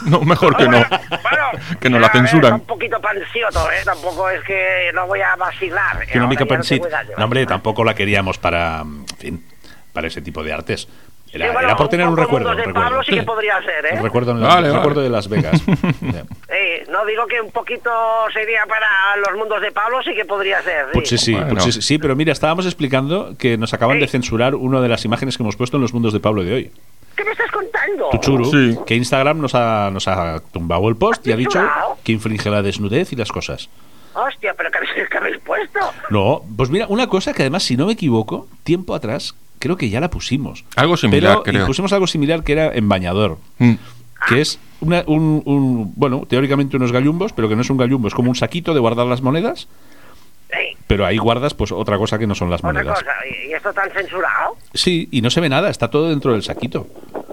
[SPEAKER 2] No, mejor que no.
[SPEAKER 4] Bueno,
[SPEAKER 2] Que no la
[SPEAKER 4] a ver,
[SPEAKER 2] censuran.
[SPEAKER 4] está un poquito pansioto, ¿eh? Tampoco es que no voy a vacilar. ¿eh?
[SPEAKER 1] Que una
[SPEAKER 4] Ahora
[SPEAKER 1] mica
[SPEAKER 4] ya no
[SPEAKER 1] pensit.
[SPEAKER 4] tengo edad, ¿eh?
[SPEAKER 1] No, hombre, tampoco la queríamos para, en fin, para ese tipo de artes.
[SPEAKER 4] Sí,
[SPEAKER 1] Era,
[SPEAKER 4] bueno,
[SPEAKER 1] era por tener un
[SPEAKER 4] poco
[SPEAKER 1] recuerdo.
[SPEAKER 4] Mundos
[SPEAKER 1] Un
[SPEAKER 4] de
[SPEAKER 1] recuerdo.
[SPEAKER 4] Pablo sí que podría ser,
[SPEAKER 1] Un
[SPEAKER 4] ¿eh?
[SPEAKER 1] recuerdo en la-
[SPEAKER 2] Vale,
[SPEAKER 1] un
[SPEAKER 2] vale.
[SPEAKER 1] recuerdo de Las Vegas. Sí.
[SPEAKER 4] Sí, no digo que un poquito sería para los mundos de Pablo, sí que podría ser.
[SPEAKER 1] Pues sí, sí,
[SPEAKER 2] Bueno.
[SPEAKER 1] pues sí, sí, sí, pero mira, estábamos explicando que nos acaban
[SPEAKER 4] Sí.
[SPEAKER 1] de censurar una de las imágenes que hemos puesto en los mundos de Pablo de hoy.
[SPEAKER 4] ¿Qué me estás contando?
[SPEAKER 1] Tuchuru,
[SPEAKER 2] Sí.
[SPEAKER 1] que Instagram nos ha, nos ha tumbado el post y ha dicho
[SPEAKER 4] ¿Censurado?
[SPEAKER 1] que infringe la desnudez y las cosas.
[SPEAKER 4] Hostia, pero ¿qué habéis, qué habéis puesto?
[SPEAKER 1] No, pues mira, una cosa que además, si no me equivoco, tiempo atrás creo que ya la pusimos.
[SPEAKER 2] Algo similar,
[SPEAKER 1] pero,
[SPEAKER 2] creo.
[SPEAKER 1] y pusimos algo similar que era en bañador,
[SPEAKER 2] Mm.
[SPEAKER 1] que es una- un, un- bueno, teóricamente unos gallumbos, pero que no es un gallumbo, es como un saquito de guardar las monedas,
[SPEAKER 4] Sí,
[SPEAKER 1] pero ahí guardas pues otra cosa que no son las
[SPEAKER 4] otra
[SPEAKER 1] monedas.
[SPEAKER 4] cosa. ¿Y y esto tan censurado?
[SPEAKER 1] Sí, y no se ve nada, está todo dentro del saquito,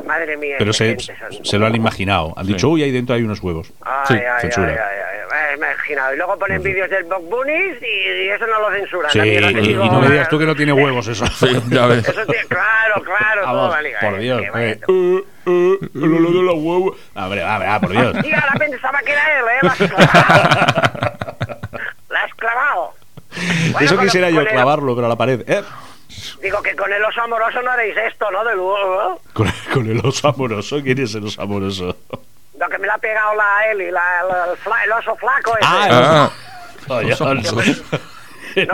[SPEAKER 4] Madre mía.
[SPEAKER 1] pero
[SPEAKER 4] qué
[SPEAKER 1] se,
[SPEAKER 4] gente son.
[SPEAKER 1] se lo han imaginado, han
[SPEAKER 2] Sí.
[SPEAKER 1] dicho, uy, ahí dentro hay unos huevos.
[SPEAKER 4] Ay,
[SPEAKER 2] Sí,
[SPEAKER 4] ay, ay,
[SPEAKER 1] censura.
[SPEAKER 4] ay, ay, ay, me he imaginado. Y luego ponen vídeos del Bob Bunnies y, y eso no lo censuran.
[SPEAKER 1] Sí,
[SPEAKER 4] También lo
[SPEAKER 1] y,
[SPEAKER 4] digo,
[SPEAKER 1] y no me
[SPEAKER 4] eh,
[SPEAKER 1] digas tú que no tiene huevos eso.
[SPEAKER 2] Sí, ya ves.
[SPEAKER 4] Eso tiene, claro, claro, todo
[SPEAKER 1] Vamos,
[SPEAKER 4] va ligado.
[SPEAKER 1] por Dios.
[SPEAKER 4] Qué
[SPEAKER 1] eh.
[SPEAKER 4] bonito.
[SPEAKER 1] Eh, eh, el olor ah, de la huevo. Hombre, va, va, por Dios.
[SPEAKER 4] Y ahora pensaba que era él, ¿eh?
[SPEAKER 1] Eso
[SPEAKER 4] con-
[SPEAKER 1] quisiera
[SPEAKER 4] con
[SPEAKER 1] yo
[SPEAKER 4] el-
[SPEAKER 1] clavarlo, pero a la pared. ¿eh?
[SPEAKER 4] Digo que con el oso amoroso no haréis esto, ¿no? De luego,
[SPEAKER 1] Con, con el oso amoroso. ¿Quién es el oso amoroso?
[SPEAKER 4] ¿no? Lo que me la ha pegado la Eli, la, la- el, fla- el oso flaco. ese.
[SPEAKER 1] Ah,
[SPEAKER 2] Ah,
[SPEAKER 1] Oye,
[SPEAKER 2] Oso amoroso.
[SPEAKER 1] el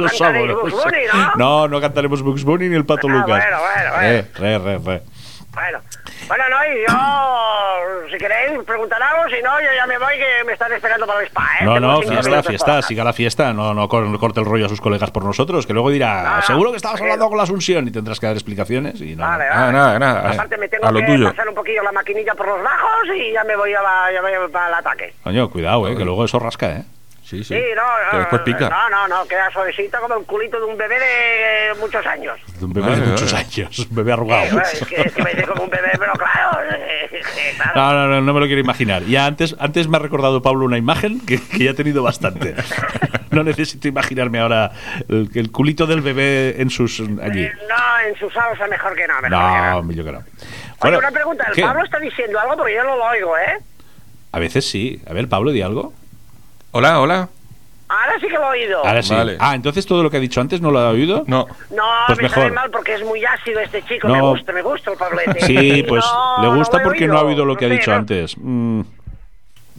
[SPEAKER 4] No
[SPEAKER 1] oso
[SPEAKER 4] cantaréis Bugs
[SPEAKER 1] amoroso.
[SPEAKER 4] Bunny, ¿no?
[SPEAKER 1] No, no cantaremos Bugs Bunny ni el Pato
[SPEAKER 4] Ah,
[SPEAKER 1] Lucas.
[SPEAKER 4] bueno, bueno, bueno.
[SPEAKER 1] Eh, re, re, re.
[SPEAKER 4] Bueno, bueno, no, y yo, si queréis, preguntaros, si no, yo ya me voy, que me están esperando para el spa, ¿eh?
[SPEAKER 1] No,
[SPEAKER 4] Tengo
[SPEAKER 1] no,
[SPEAKER 4] cinco
[SPEAKER 1] fiesta,
[SPEAKER 4] minutos
[SPEAKER 1] fiesta,
[SPEAKER 4] por-
[SPEAKER 1] siga la fiesta, no, no cor- no corte el rollo a sus colegas por nosotros, que luego dirá,
[SPEAKER 4] Ah,
[SPEAKER 1] seguro que estabas
[SPEAKER 4] sí.
[SPEAKER 1] hablando con la Asunción y tendrás que dar explicaciones y no. eh,
[SPEAKER 4] Vale, vale.
[SPEAKER 2] ah, nada, nada.
[SPEAKER 4] Aparte me tengo
[SPEAKER 2] A lo
[SPEAKER 4] que
[SPEAKER 2] tuyo.
[SPEAKER 4] pasar un poquillo la maquinilla por los bajos y ya me voy a la- ya me voy para el ataque.
[SPEAKER 1] Coño, cuidado, eh, que luego eso rasca, eh.
[SPEAKER 2] Sí, sí.
[SPEAKER 4] Sí, no,
[SPEAKER 2] Que
[SPEAKER 4] no,
[SPEAKER 2] después pica.
[SPEAKER 4] no, no, no, queda suavecito como el culito de un bebé de eh, muchos años.
[SPEAKER 1] De un bebé
[SPEAKER 2] Vale,
[SPEAKER 1] de muchos
[SPEAKER 2] vale.
[SPEAKER 1] años, un bebé
[SPEAKER 4] Eh,
[SPEAKER 1] arrugado.
[SPEAKER 4] bueno, es, que, es que me dice como un bebé, pero claro, eh, claro.
[SPEAKER 1] No, no, no, no me lo quiero imaginar. Ya antes, antes me ha recordado Pablo una imagen que, que ya he tenido bastante. No necesito imaginarme ahora el, el culito del bebé en sus allí.
[SPEAKER 4] Eh, no, en su salsa mejor que no, mejor que
[SPEAKER 1] No,
[SPEAKER 4] no.
[SPEAKER 1] yo que no.
[SPEAKER 4] Oye,
[SPEAKER 1] Bueno,
[SPEAKER 4] una pregunta, ¿el
[SPEAKER 1] ¿qué?
[SPEAKER 4] Pablo está diciendo algo? Porque yo no lo oigo, ¿eh?
[SPEAKER 1] A veces sí. A ver, Pablo, di algo.
[SPEAKER 2] Hola, hola.
[SPEAKER 4] Ahora sí que lo he oído.
[SPEAKER 1] Ahora sí.
[SPEAKER 2] Vale.
[SPEAKER 1] Ah, entonces todo lo que ha dicho antes no lo ha oído.
[SPEAKER 2] No.
[SPEAKER 4] No,
[SPEAKER 1] Pues
[SPEAKER 4] me
[SPEAKER 1] mejor.
[SPEAKER 4] sabe mal porque es muy ácido este chico. Me
[SPEAKER 1] No.
[SPEAKER 4] gusta, me gusta el Pablete.
[SPEAKER 1] Sí, pues
[SPEAKER 4] No,
[SPEAKER 1] le gusta
[SPEAKER 4] lo he
[SPEAKER 1] porque no ha oído lo que ha
[SPEAKER 4] sé,
[SPEAKER 1] dicho
[SPEAKER 4] no.
[SPEAKER 1] antes. Mm.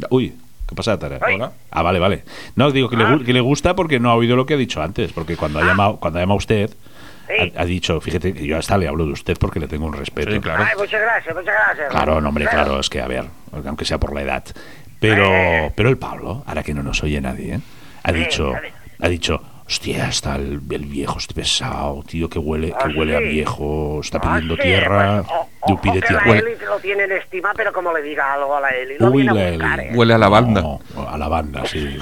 [SPEAKER 1] Uy, ¿qué pasa, Tara?
[SPEAKER 4] Ay. Ah.
[SPEAKER 2] Hola.
[SPEAKER 1] Ah, vale, vale. No, digo que, le, gu- que le gusta porque no ha oído lo que ha dicho antes, porque cuando ha llamado, cuando ha llamado usted,
[SPEAKER 4] Sí.
[SPEAKER 1] ha, ha dicho, fíjate, que yo hasta le hablo de usted porque le tengo un respeto.
[SPEAKER 2] Sí, claro.
[SPEAKER 4] Ay, muchas gracias, muchas gracias.
[SPEAKER 1] Claro, no, hombre,
[SPEAKER 4] Pero-
[SPEAKER 1] claro, es que, a ver, aunque sea por la edad. Pero, pero el Pablo, ahora que no nos oye nadie, ¿eh? ha
[SPEAKER 4] Sí,
[SPEAKER 1] dicho,
[SPEAKER 4] a ver.
[SPEAKER 1] ha dicho, hostia, está el, el viejo este pesado, tío, que huele,
[SPEAKER 4] Ah,
[SPEAKER 1] que huele a
[SPEAKER 4] sí.
[SPEAKER 1] viejo, está
[SPEAKER 4] Ah,
[SPEAKER 1] pidiendo
[SPEAKER 4] sí,
[SPEAKER 1] tierra,
[SPEAKER 4] pues, o-
[SPEAKER 1] yo
[SPEAKER 4] ojo
[SPEAKER 1] pide
[SPEAKER 4] que
[SPEAKER 1] tierra.
[SPEAKER 4] La
[SPEAKER 1] Huele-
[SPEAKER 4] Eli lo tiene en estima, pero como le diga algo a la Eli, lo
[SPEAKER 1] Uy,
[SPEAKER 4] viene a
[SPEAKER 1] la
[SPEAKER 4] buscar,
[SPEAKER 1] Eli.
[SPEAKER 4] ¿eh?
[SPEAKER 2] Huele a lavanda.
[SPEAKER 1] No, a la banda, sí.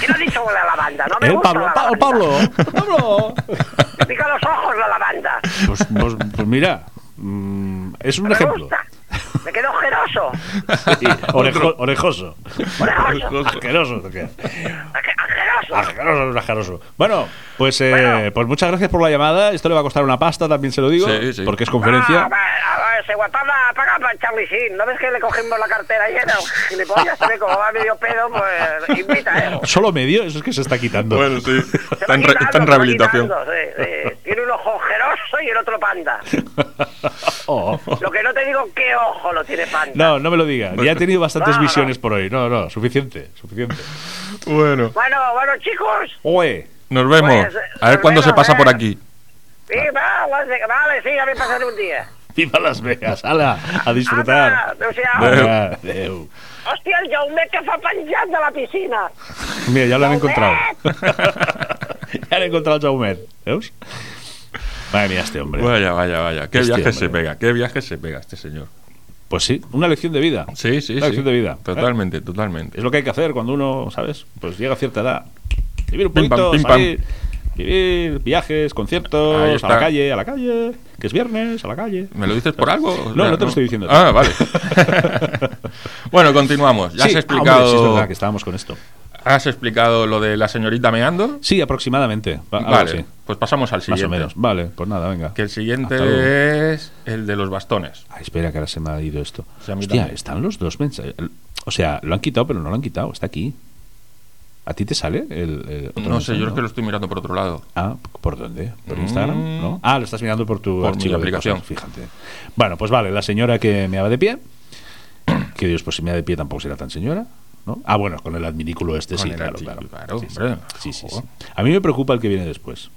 [SPEAKER 4] ¿Quién ha dicho la lavanda? No me
[SPEAKER 1] ¿Eh,
[SPEAKER 4] gusta
[SPEAKER 1] Pablo?
[SPEAKER 4] la
[SPEAKER 1] Pa-
[SPEAKER 4] lavanda.
[SPEAKER 1] Pablo, Pablo.
[SPEAKER 4] Me pica los ojos la lavanda.
[SPEAKER 1] Pues, pues- pues mira, mm, es un
[SPEAKER 4] Me
[SPEAKER 1] ejemplo.
[SPEAKER 4] gusta. Me quedo ojeroso.
[SPEAKER 1] Sí, orejo- orejoso.
[SPEAKER 4] Ojeroso.
[SPEAKER 1] Asqueroso. ¿qué?
[SPEAKER 4] Ojeroso.
[SPEAKER 1] Asqueroso, es asqueroso. Bueno, pues, eh,
[SPEAKER 4] Bueno.
[SPEAKER 1] pues muchas gracias por la llamada. Esto le va a costar una pasta, también se lo digo,
[SPEAKER 2] Sí, sí.
[SPEAKER 1] porque es conferencia.
[SPEAKER 4] Ah, va, a ver, se guardaba paga para Charlie Sheen. ¿No ves que le cogimos la cartera llena? Gilipollas, se ve como va medio pedo, pues invita, ¿eh?
[SPEAKER 1] Solo medio, eso es que se está quitando.
[SPEAKER 2] Bueno, sí.
[SPEAKER 4] Se
[SPEAKER 2] Está
[SPEAKER 4] va
[SPEAKER 2] en, re- está
[SPEAKER 4] quitando,
[SPEAKER 2] en
[SPEAKER 4] se va
[SPEAKER 2] rehabilitación.
[SPEAKER 4] quitando, sí, sí. Tiene un ojo ojeroso y el otro panda.
[SPEAKER 1] Oh.
[SPEAKER 4] Lo que no te digo, ¿qué ojo lo tiene panda?
[SPEAKER 1] No, no me lo diga. Ya he tenido bastantes
[SPEAKER 4] No, no.
[SPEAKER 1] visiones por hoy. No, no, suficiente, suficiente.
[SPEAKER 2] Bueno,
[SPEAKER 4] Bueno, bueno, chicos.
[SPEAKER 1] Oe.
[SPEAKER 2] nos vemos.
[SPEAKER 4] Pues,
[SPEAKER 2] A ver
[SPEAKER 4] nos
[SPEAKER 2] cuándo se
[SPEAKER 4] vemos,
[SPEAKER 2] pasa
[SPEAKER 4] eh.
[SPEAKER 2] por aquí.
[SPEAKER 4] Sí, vale, vale, sí, a mí pasar un día.
[SPEAKER 1] Viva Las Vegas, ala, a disfrutar.
[SPEAKER 4] Anda, o sea,
[SPEAKER 2] Adeu.
[SPEAKER 1] Venga, adeu.
[SPEAKER 4] hòstia, el Jaume que fa penjat de la piscina.
[SPEAKER 1] Mira, ya lo han
[SPEAKER 4] Jaumet.
[SPEAKER 1] encontrado. ya han encontrado al Jaumet. ¿Veus? Madre mía, este hombre.
[SPEAKER 2] Vaya, vaya, vaya. Qué
[SPEAKER 1] Hostia,
[SPEAKER 2] viaje se
[SPEAKER 1] hombre.
[SPEAKER 2] pega, qué viaje se pega este señor.
[SPEAKER 1] Pues sí, una lección de vida.
[SPEAKER 2] Sí, sí,
[SPEAKER 1] Una
[SPEAKER 2] sí.
[SPEAKER 1] lección de vida.
[SPEAKER 2] Totalmente, totalmente.
[SPEAKER 1] Es lo que hay que hacer cuando uno, ¿sabes? Pues llega a cierta edad. Vivir un
[SPEAKER 2] Pim, pam,
[SPEAKER 1] poquito,
[SPEAKER 2] pim,
[SPEAKER 1] salir, vivir viajes,
[SPEAKER 2] Ahí
[SPEAKER 1] conciertos, a
[SPEAKER 2] está.
[SPEAKER 1] la calle, a la calle, que es viernes, a la calle.
[SPEAKER 2] ¿Me lo dices por algo? O
[SPEAKER 1] No,
[SPEAKER 2] sea,
[SPEAKER 1] no te lo estoy diciendo.
[SPEAKER 2] Ah, vale. bueno, continuamos.
[SPEAKER 1] Sí,
[SPEAKER 2] Ya has
[SPEAKER 1] ah, hombre,
[SPEAKER 2] explicado.
[SPEAKER 1] sí, es verdad que estábamos con esto.
[SPEAKER 2] Has explicado lo de la señorita meando.
[SPEAKER 1] Sí, aproximadamente. Va- algo
[SPEAKER 2] vale,
[SPEAKER 1] así,
[SPEAKER 2] pues pasamos al
[SPEAKER 1] más
[SPEAKER 2] siguiente.
[SPEAKER 1] o menos. Vale, pues nada, venga.
[SPEAKER 2] Que el
[SPEAKER 1] Hasta luego.
[SPEAKER 2] siguiente es el de los bastones.
[SPEAKER 1] Ah, espera, que ahora se me ha ido esto.
[SPEAKER 2] Sí, a mí
[SPEAKER 1] Hostia,
[SPEAKER 2] también.
[SPEAKER 1] están los dos mensajes. O sea, lo han quitado, pero no lo han quitado. Está aquí. ¿A ti te sale el, el otro
[SPEAKER 2] No sé,
[SPEAKER 1] mensaje,
[SPEAKER 2] yo es que lo estoy mirando por otro lado.
[SPEAKER 1] Ah, ¿por dónde? ¿Por
[SPEAKER 2] Mm.
[SPEAKER 1] Instagram? ¿No? Ah, lo estás mirando por tu
[SPEAKER 2] Por mi
[SPEAKER 1] archivo de
[SPEAKER 2] aplicación.
[SPEAKER 1] cosas, fíjate. Bueno, pues vale, la señora que me daba de pie. Que Dios, pues si me da de pie tampoco será tan señora. ¿no? Ah, bueno, con el adminículo este
[SPEAKER 2] Con
[SPEAKER 1] sí,
[SPEAKER 2] el
[SPEAKER 1] claro,
[SPEAKER 2] admi-
[SPEAKER 1] claro.
[SPEAKER 2] claro,
[SPEAKER 1] sí, sí.
[SPEAKER 2] hombre.
[SPEAKER 1] Sí, sí, sí.
[SPEAKER 2] Joder.
[SPEAKER 1] A mí me preocupa el que viene después.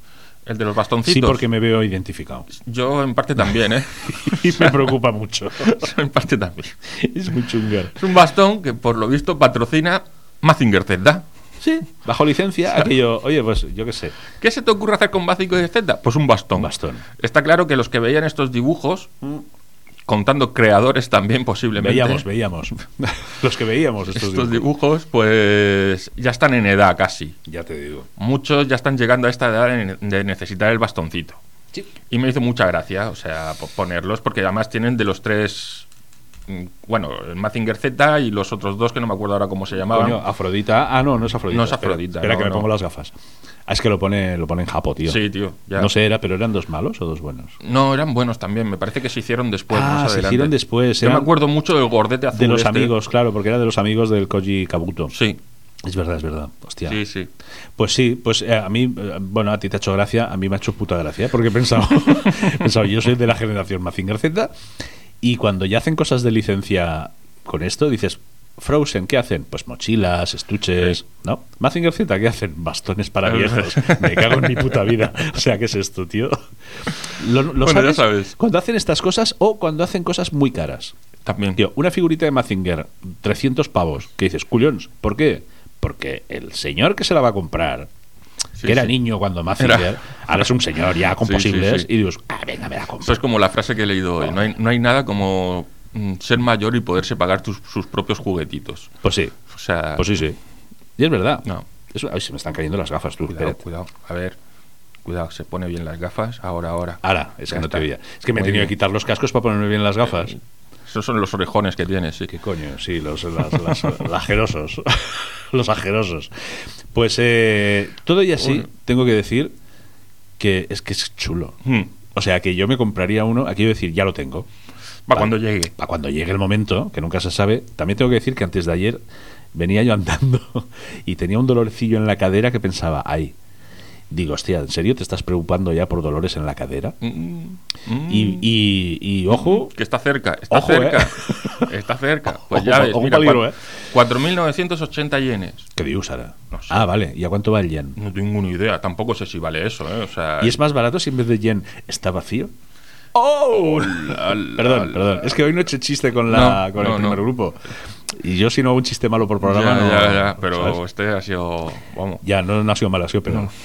[SPEAKER 2] El de los bastoncitos.
[SPEAKER 1] Sí, porque me veo identificado.
[SPEAKER 2] Yo en parte también, ¿eh?
[SPEAKER 1] Y me preocupa mucho.
[SPEAKER 2] Yo en parte también.
[SPEAKER 1] es muy chungar.
[SPEAKER 2] Es un bastón que por lo visto patrocina Mazinger Z.
[SPEAKER 1] Sí, bajo licencia, aquello, oye, pues yo qué sé.
[SPEAKER 2] ¿Qué se te ocurre hacer con Mazinger Z? Pues un bastón.
[SPEAKER 1] Un bastón. Mm.
[SPEAKER 2] Está claro que los que veían estos dibujos, contando creadores también posiblemente,
[SPEAKER 1] Veíamos, veíamos. Los que veíamos estos,
[SPEAKER 2] estos
[SPEAKER 1] dibujos.
[SPEAKER 2] dibujos pues ya están en edad casi.
[SPEAKER 1] Ya te digo.
[SPEAKER 2] Muchos ya están llegando a esta edad en- de necesitar el bastoncito. Y me hizo mucha gracia, o sea, po- ponerlos, porque además tienen de los tres... mm, Bueno, el Mazinger Z y los otros dos que no me acuerdo ahora cómo se llamaban.
[SPEAKER 1] Coño, Afrodita. Ah, no, no es Afrodita.
[SPEAKER 2] No es
[SPEAKER 1] Espera,
[SPEAKER 2] Afrodita,
[SPEAKER 1] Espera,
[SPEAKER 2] no,
[SPEAKER 1] que me
[SPEAKER 2] no.
[SPEAKER 1] pongo las gafas. Ah, es que lo pone, lo pone en japo, tío.
[SPEAKER 2] Sí, tío. ya.
[SPEAKER 1] No sé, era, pero eran dos malos o dos buenos.
[SPEAKER 2] No, eran buenos también. Me parece que se hicieron después.
[SPEAKER 1] Ah,
[SPEAKER 2] más
[SPEAKER 1] se
[SPEAKER 2] adelante.
[SPEAKER 1] hicieron después,
[SPEAKER 2] Yo
[SPEAKER 1] eran
[SPEAKER 2] me acuerdo mucho del gordete azul.
[SPEAKER 1] De los
[SPEAKER 2] este.
[SPEAKER 1] amigos, claro, porque era de los amigos del Koji Kabuto.
[SPEAKER 2] Sí.
[SPEAKER 1] Es verdad, es verdad. Hostia.
[SPEAKER 2] Sí, sí.
[SPEAKER 1] Pues sí, pues eh, a mí, eh, bueno, a ti te ha hecho gracia, a mí me ha hecho puta gracia, porque he pensado, he pensado, yo soy de la generación Mazinger Z, y cuando ya hacen cosas de licencia con esto, dices, Frozen, ¿qué hacen? Pues mochilas, estuches,
[SPEAKER 2] Sí.
[SPEAKER 1] ¿no? Mazinger Z, ¿qué hacen? Bastones para
[SPEAKER 2] Es verdad.
[SPEAKER 1] viejos. Me cago en mi puta vida. O sea, ¿qué es esto, tío? Lo, lo
[SPEAKER 2] Bueno, ya sabes.
[SPEAKER 1] Cuando hacen estas cosas o cuando hacen cosas muy caras.
[SPEAKER 2] También.
[SPEAKER 1] Tío, una figurita de Mazinger, 300 pavos, que dices, culions, ¿por qué? Porque el señor que se la va a comprar,
[SPEAKER 2] Sí,
[SPEAKER 1] que era
[SPEAKER 2] sí.
[SPEAKER 1] niño cuando Mazinger,
[SPEAKER 2] Era.
[SPEAKER 1] ahora es un señor ya con
[SPEAKER 2] Sí, sí,
[SPEAKER 1] posibles,
[SPEAKER 2] sí.
[SPEAKER 1] y dices, ah, venga, me la compro.
[SPEAKER 2] Eso es como la frase que he leído hoy. No hay, no hay nada como mm, ser mayor y poderse pagar tus- sus propios juguetitos.
[SPEAKER 1] Pues sí,
[SPEAKER 2] O sea,
[SPEAKER 1] pues sí, sí. Y es verdad.
[SPEAKER 2] No.
[SPEAKER 1] Eso- ay, se me están cayendo las gafas, tú.
[SPEAKER 2] cuidado,
[SPEAKER 1] espérate.
[SPEAKER 2] cuidado. A ver, cuidado, se pone bien las gafas. Ahora, ahora.
[SPEAKER 1] Ahora, es
[SPEAKER 2] Ya
[SPEAKER 1] que no
[SPEAKER 2] está.
[SPEAKER 1] te veía. Es que me he
[SPEAKER 2] Muy
[SPEAKER 1] tenido
[SPEAKER 2] bien.
[SPEAKER 1] que quitar los cascos para ponerme bien las gafas.
[SPEAKER 2] Esos son los orejones que tienes, sí.
[SPEAKER 1] Eh, ¿Qué coño? Sí, los, las- las- los ajerosos. los ajerosos. Pues eh, todo y así,
[SPEAKER 2] Bueno.
[SPEAKER 1] tengo que decir que es que es chulo.
[SPEAKER 2] Hmm.
[SPEAKER 1] O sea, que yo me compraría uno, aquí voy a decir, ya lo tengo.
[SPEAKER 2] Para cuando llegue.
[SPEAKER 1] Para cuando llegue el momento, que nunca se sabe. También tengo que decir que antes de ayer venía yo andando y tenía un dolorcillo en la cadera que pensaba, ay, digo, hostia, ¿en serio te estás preocupando ya por dolores en la cadera?
[SPEAKER 2] Mm,
[SPEAKER 1] Y,
[SPEAKER 2] mm,
[SPEAKER 1] y- y, ojo,
[SPEAKER 2] que está cerca, está
[SPEAKER 1] Ojo,
[SPEAKER 2] cerca.
[SPEAKER 1] ¿eh?
[SPEAKER 2] Está cerca. Pues
[SPEAKER 1] Ojo,
[SPEAKER 2] ya ves,
[SPEAKER 1] ojo
[SPEAKER 2] mira,
[SPEAKER 1] peligro,
[SPEAKER 2] cua-
[SPEAKER 1] ¿eh?
[SPEAKER 2] 4.980 yenes.
[SPEAKER 1] ¿qué dios ahora?
[SPEAKER 2] No sé.
[SPEAKER 1] Ah, vale, ¿y a cuánto va el yen?
[SPEAKER 2] No tengo ni idea, tampoco sé si vale eso, ¿eh? O sea,
[SPEAKER 1] ¿Y este es más barato si en vez de yen está vacío?
[SPEAKER 2] ¡Oh! la, la,
[SPEAKER 1] Perdón,
[SPEAKER 2] la.
[SPEAKER 1] perdón. Es que hoy no he hecho chiste con, la,
[SPEAKER 2] No,
[SPEAKER 1] con
[SPEAKER 2] no,
[SPEAKER 1] el primer
[SPEAKER 2] no.
[SPEAKER 1] grupo. Y yo si no hago un chiste malo por
[SPEAKER 2] Ya,
[SPEAKER 1] programa... no,
[SPEAKER 2] ya, ya, pero
[SPEAKER 1] ¿sabes?
[SPEAKER 2] este ha sido. Vamos.
[SPEAKER 1] Ya, no, no ha sido malo, ha sido peor.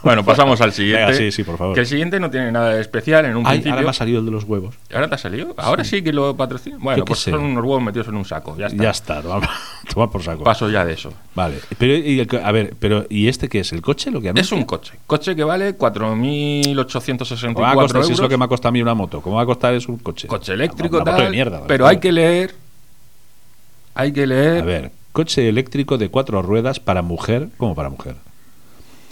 [SPEAKER 2] Bueno, pasamos al siguiente.
[SPEAKER 1] Venga, sí, sí, por favor.
[SPEAKER 2] Que el siguiente no tiene nada de especial en un
[SPEAKER 1] Ay,
[SPEAKER 2] principio.
[SPEAKER 1] ahora me ha salido el de los huevos.
[SPEAKER 2] ¿Ahora te ha salido? Ahora sí, que lo patrocina. Bueno,
[SPEAKER 1] Yo qué
[SPEAKER 2] pues
[SPEAKER 1] sé.
[SPEAKER 2] son unos huevos metidos en un saco. Ya está.
[SPEAKER 1] Ya está, vamos. Toma por saco.
[SPEAKER 2] Paso ya de eso.
[SPEAKER 1] Vale. Pero, y el co- a ver, pero ¿y este qué es? ¿El coche? ¿Lo que
[SPEAKER 2] Es
[SPEAKER 1] anuncia?
[SPEAKER 2] un coche. Coche que vale
[SPEAKER 1] ¿Cómo va a costar,
[SPEAKER 2] 4.864 euros.
[SPEAKER 1] si es lo que me ha costado a mí una moto. ¿Cómo va a costar es un coche?
[SPEAKER 2] Coche eléctrico,
[SPEAKER 1] Una moto
[SPEAKER 2] tal.
[SPEAKER 1] de mierda.
[SPEAKER 2] pero
[SPEAKER 1] vale.
[SPEAKER 2] hay que leer. Hay que
[SPEAKER 1] A
[SPEAKER 2] leer.
[SPEAKER 1] ver, coche eléctrico de cuatro ruedas para mujer, como para mujer.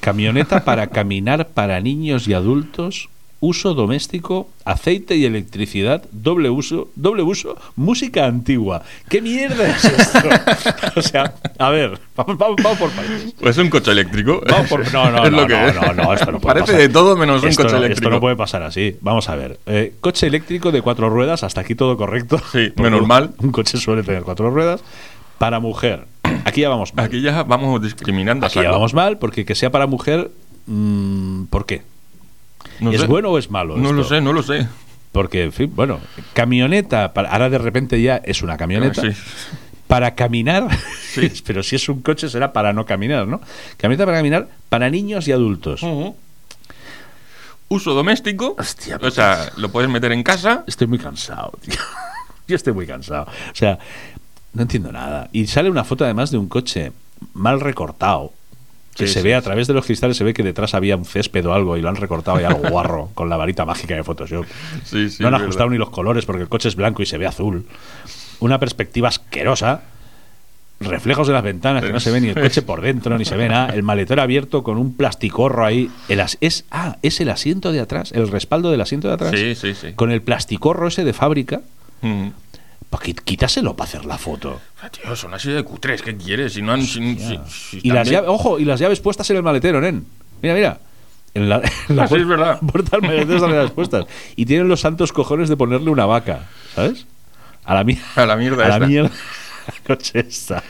[SPEAKER 1] Camioneta para caminar para niños y adultos, uso doméstico, aceite y electricidad, doble uso, doble uso, música antigua. ¿Qué mierda es esto? o sea, a ver, vamos, vamos, vamos por partes.
[SPEAKER 2] Pues un coche eléctrico.
[SPEAKER 1] Vamos por- no, no,
[SPEAKER 2] Es
[SPEAKER 1] no,
[SPEAKER 2] lo que
[SPEAKER 1] no,
[SPEAKER 2] es.
[SPEAKER 1] no, no, esto no puede
[SPEAKER 2] Parece
[SPEAKER 1] pasar.
[SPEAKER 2] de todo menos un
[SPEAKER 1] Esto
[SPEAKER 2] coche
[SPEAKER 1] no-
[SPEAKER 2] eléctrico.
[SPEAKER 1] Esto no puede pasar así. Vamos a ver. Eh, coche eléctrico de cuatro ruedas, hasta aquí todo correcto.
[SPEAKER 2] Sí,
[SPEAKER 1] Porque
[SPEAKER 2] menos
[SPEAKER 1] un-
[SPEAKER 2] mal.
[SPEAKER 1] Un coche suele tener cuatro ruedas. Para mujer. Aquí ya vamos mal.
[SPEAKER 2] Aquí ya vamos discriminando. a
[SPEAKER 1] Aquí ya
[SPEAKER 2] saco.
[SPEAKER 1] vamos mal, porque que sea para mujer, mm, ¿por qué?
[SPEAKER 2] No
[SPEAKER 1] ¿Es
[SPEAKER 2] sé.
[SPEAKER 1] bueno o es malo?
[SPEAKER 2] No lo
[SPEAKER 1] esto?
[SPEAKER 2] sé, no lo sé.
[SPEAKER 1] Porque, en fin, bueno, camioneta, para- ahora de repente ya es una camioneta.
[SPEAKER 2] Ah, Sí.
[SPEAKER 1] Para caminar,
[SPEAKER 2] Sí.
[SPEAKER 1] pero si es un coche será para no caminar, ¿no? Camioneta para caminar para niños y adultos.
[SPEAKER 2] Uso doméstico.
[SPEAKER 1] Hostia,
[SPEAKER 2] o sea, lo puedes meter en casa.
[SPEAKER 1] Estoy muy cansado, tío. Yo estoy muy cansado. O sea, no entiendo nada. Y sale una foto además de un coche mal recortado. Que
[SPEAKER 2] Sí,
[SPEAKER 1] se
[SPEAKER 2] sí,
[SPEAKER 1] ve a
[SPEAKER 2] sí.
[SPEAKER 1] través de los cristales, se ve que detrás había un césped o algo y lo han recortado ya lo guarro con la varita mágica de Photoshop.
[SPEAKER 2] Sí, sí,
[SPEAKER 1] no han
[SPEAKER 2] es
[SPEAKER 1] ajustado
[SPEAKER 2] verdad.
[SPEAKER 1] ni los colores porque el coche es blanco y se ve azul. Una perspectiva asquerosa. Reflejos de las ventanas que no se ve ni el coche por dentro ni se ve nada. El maletero abierto con un plasticorro ahí. El as- es, ah, es el asiento de atrás, el respaldo del asiento de atrás.
[SPEAKER 2] Sí, sí, sí.
[SPEAKER 1] Con el plasticorro ese de fábrica.
[SPEAKER 2] Mm.
[SPEAKER 1] Pues qui- quítaselo para hacer la foto. Ah.
[SPEAKER 2] Ah, Tío, son así de cutres. ¿Qué quieres? Si no han. si- si- si
[SPEAKER 1] y las
[SPEAKER 2] también-
[SPEAKER 1] llaves, ojo, y las llaves puestas en el maletero, nen. Mira, mira. En la, en la
[SPEAKER 2] Ah, sí,
[SPEAKER 1] puer-
[SPEAKER 2] es verdad.
[SPEAKER 1] puerta del maletero están las puestas. Y tienen los santos cojones de ponerle una vaca, ¿sabes? A la mierda.
[SPEAKER 2] A la mierda
[SPEAKER 1] A la
[SPEAKER 2] esta.
[SPEAKER 1] mierda. La noche esta.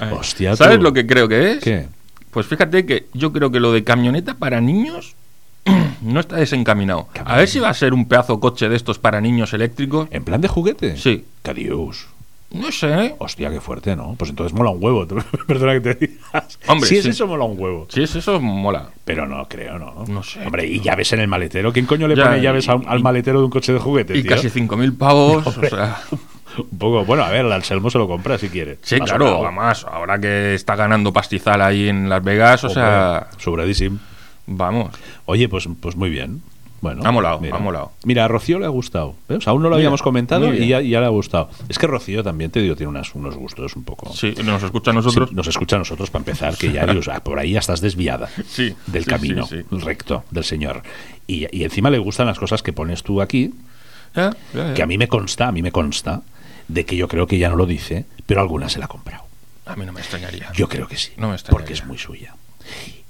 [SPEAKER 2] Ay.
[SPEAKER 1] Hostia,
[SPEAKER 2] ¿Sabes
[SPEAKER 1] tú.
[SPEAKER 2] lo que creo que es?
[SPEAKER 1] ¿Qué?
[SPEAKER 2] Pues fíjate que yo creo que lo de camioneta para niños no está desencaminado. A ver si va a ser un pedazo coche de estos para niños eléctricos.
[SPEAKER 1] ¿En plan de juguete?
[SPEAKER 2] Sí.
[SPEAKER 1] ¡Qué dios!
[SPEAKER 2] No sé. ¿eh?
[SPEAKER 1] Hostia, qué fuerte, ¿no? Pues entonces mola un huevo. Perdona que te digas.
[SPEAKER 2] Hombre,
[SPEAKER 1] si es
[SPEAKER 2] sí.
[SPEAKER 1] eso, mola un huevo.
[SPEAKER 2] Si es eso, mola.
[SPEAKER 1] Pero no, creo, no.
[SPEAKER 2] No sé.
[SPEAKER 1] Hombre, ¿y llaves en el maletero? ¿Quién coño le
[SPEAKER 2] Ya,
[SPEAKER 1] pone llaves a un-
[SPEAKER 2] y-
[SPEAKER 1] al maletero de un coche de juguete,
[SPEAKER 2] Y
[SPEAKER 1] tío?
[SPEAKER 2] casi 5.000 pavos. o sea,
[SPEAKER 1] Un poco, bueno, a ver, al Anselmo se lo compra si quiere.
[SPEAKER 2] sí,
[SPEAKER 1] Más
[SPEAKER 2] claro.
[SPEAKER 1] sobrado.
[SPEAKER 2] Además, ahora que está ganando pastizal ahí en Las Vegas, o sea,
[SPEAKER 1] Hombre, sobradísimo.
[SPEAKER 2] vamos.
[SPEAKER 1] Oye, pues, pues muy bien. Bueno,
[SPEAKER 2] Ha molado,
[SPEAKER 1] mira.
[SPEAKER 2] ha molado.
[SPEAKER 1] Mira, a Rocío le ha gustado. ¿ves? Aún no lo
[SPEAKER 2] Mira,
[SPEAKER 1] habíamos comentado
[SPEAKER 2] muy bien.
[SPEAKER 1] y ya, ya le ha gustado. Es que Rocío también, te digo, tiene unas- unos gustos un poco.
[SPEAKER 2] Sí, nos escucha a nosotros.
[SPEAKER 1] Sí, nos escucha a nosotros para empezar, que ya dios, ah, por ahí ya estás desviada
[SPEAKER 2] Sí,
[SPEAKER 1] del
[SPEAKER 2] sí,
[SPEAKER 1] camino
[SPEAKER 2] sí,
[SPEAKER 1] recto del Señor. Y, y encima le gustan las cosas que pones tú aquí,
[SPEAKER 2] Ya, ya, ya.
[SPEAKER 1] que a mí me consta, a mí me consta, de que yo creo que ya no lo dice, pero alguna se la ha comprado.
[SPEAKER 2] A mí no me extrañaría.
[SPEAKER 1] Yo creo que sí.
[SPEAKER 2] No me extrañaría.
[SPEAKER 1] porque es muy suya.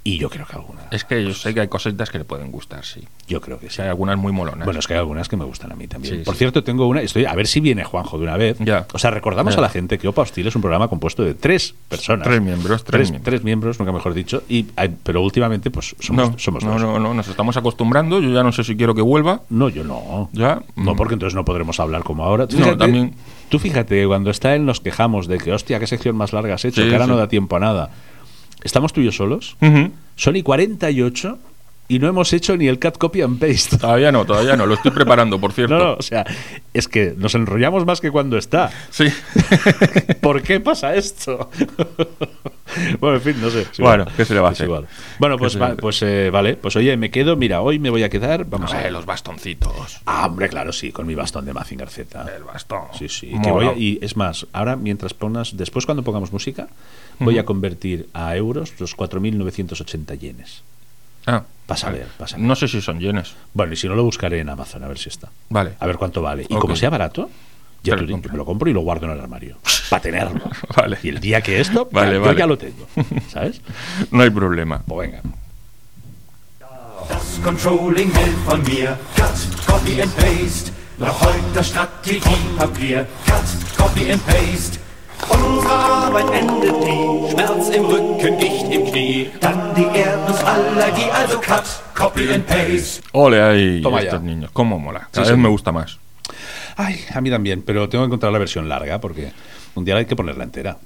[SPEAKER 1] Y yo creo que alguna.
[SPEAKER 2] Es que yo sé que hay cositas que le pueden gustar, sí.
[SPEAKER 1] Yo creo que
[SPEAKER 2] O
[SPEAKER 1] sí.
[SPEAKER 2] sea, hay algunas muy molonas.
[SPEAKER 1] Bueno, es que hay algunas que me gustan a mí también.
[SPEAKER 2] Sí,
[SPEAKER 1] Por
[SPEAKER 2] sí.
[SPEAKER 1] cierto, tengo una. Estoy a ver si viene Juanjo de una vez.
[SPEAKER 2] Ya.
[SPEAKER 1] O sea, recordamos
[SPEAKER 2] Ya.
[SPEAKER 1] a la gente que Opa Hostil es un programa compuesto de tres personas.
[SPEAKER 2] Tres miembros, tres
[SPEAKER 1] Tres,
[SPEAKER 2] miembros.
[SPEAKER 1] tres miembros, nunca mejor dicho. Y, hay- pero últimamente, pues somos,
[SPEAKER 2] no,
[SPEAKER 1] somos
[SPEAKER 2] no,
[SPEAKER 1] dos.
[SPEAKER 2] no, no, nos estamos acostumbrando. Yo ya no sé si quiero que vuelva.
[SPEAKER 1] No, yo no.
[SPEAKER 2] Ya.
[SPEAKER 1] No,
[SPEAKER 2] Mm.
[SPEAKER 1] porque entonces no podremos hablar como ahora. Tú
[SPEAKER 2] No,
[SPEAKER 1] fíjate,
[SPEAKER 2] también-
[SPEAKER 1] tú fíjate que cuando está él nos quejamos de que, hostia, qué sección más larga has hecho,
[SPEAKER 2] Sí,
[SPEAKER 1] que ahora
[SPEAKER 2] sí.
[SPEAKER 1] no da tiempo a nada. ¿Estamos tú y yo solos?
[SPEAKER 2] Ujú.
[SPEAKER 1] Son y 48 y no hemos hecho ni el cat copy and paste.
[SPEAKER 2] Todavía no, todavía no. Lo estoy preparando, por cierto.
[SPEAKER 1] No, no, o sea, es que nos enrollamos más que cuando está.
[SPEAKER 2] Sí.
[SPEAKER 1] ¿Por qué pasa esto? bueno, en fin, no sé. es
[SPEAKER 2] Bueno, ¿qué se le va a
[SPEAKER 1] Es
[SPEAKER 2] hacer?
[SPEAKER 1] igual. Bueno,
[SPEAKER 2] ¿Qué
[SPEAKER 1] pues,
[SPEAKER 2] se le va a
[SPEAKER 1] va-
[SPEAKER 2] hacer?
[SPEAKER 1] pues eh, vale, pues oye, me quedo, mira, hoy me voy a quedar, vamos a
[SPEAKER 2] Vamos a
[SPEAKER 1] ver.
[SPEAKER 2] ver, los bastoncitos.
[SPEAKER 1] Ah, hombre, claro, sí, con mi bastón de Mazinger Z.
[SPEAKER 2] El bastón.
[SPEAKER 1] Sí, sí. que voy
[SPEAKER 2] Mola.
[SPEAKER 1] a- y es más, ahora mientras pongas, después cuando pongamos música, voy a convertir a euros los 4.980 yenes.
[SPEAKER 2] Ah.
[SPEAKER 1] Vas a ver, vas a ver.
[SPEAKER 2] No sé si son yenes.
[SPEAKER 1] Bueno, y si no lo buscaré en Amazon, a ver si está.
[SPEAKER 2] Vale.
[SPEAKER 1] A ver cuánto vale. Y
[SPEAKER 2] Ok.
[SPEAKER 1] como sea barato, yo,
[SPEAKER 2] Te lo
[SPEAKER 1] te-
[SPEAKER 2] compro.
[SPEAKER 1] me lo compro y lo guardo en el armario. Para tenerlo.
[SPEAKER 2] Vale.
[SPEAKER 1] Y el día que esto,
[SPEAKER 2] Vale,
[SPEAKER 1] ya- yo
[SPEAKER 2] vale.
[SPEAKER 1] ya lo tengo. ¿Sabes?
[SPEAKER 2] No hay problema.
[SPEAKER 1] Pues venga.
[SPEAKER 5] Das Controlling will von mir Cut, Copy and Paste. Nach heutiger Strategiepapier Cut, Copy and Paste. Unsere Arbeit endet nie. Schmerz im Rücken, Gicht im Knie. Dann die Erdnussallergie, also Cut, Copy and Paste.
[SPEAKER 2] Ole ahí
[SPEAKER 1] Toma ya.
[SPEAKER 2] estos niños. ¿Cómo mola? Cada
[SPEAKER 1] Sí,
[SPEAKER 2] vez
[SPEAKER 1] sí.
[SPEAKER 2] me gusta más.
[SPEAKER 1] Ay, a mí también, pero tengo que encontrar la versión larga porque un día hay que ponerla entera.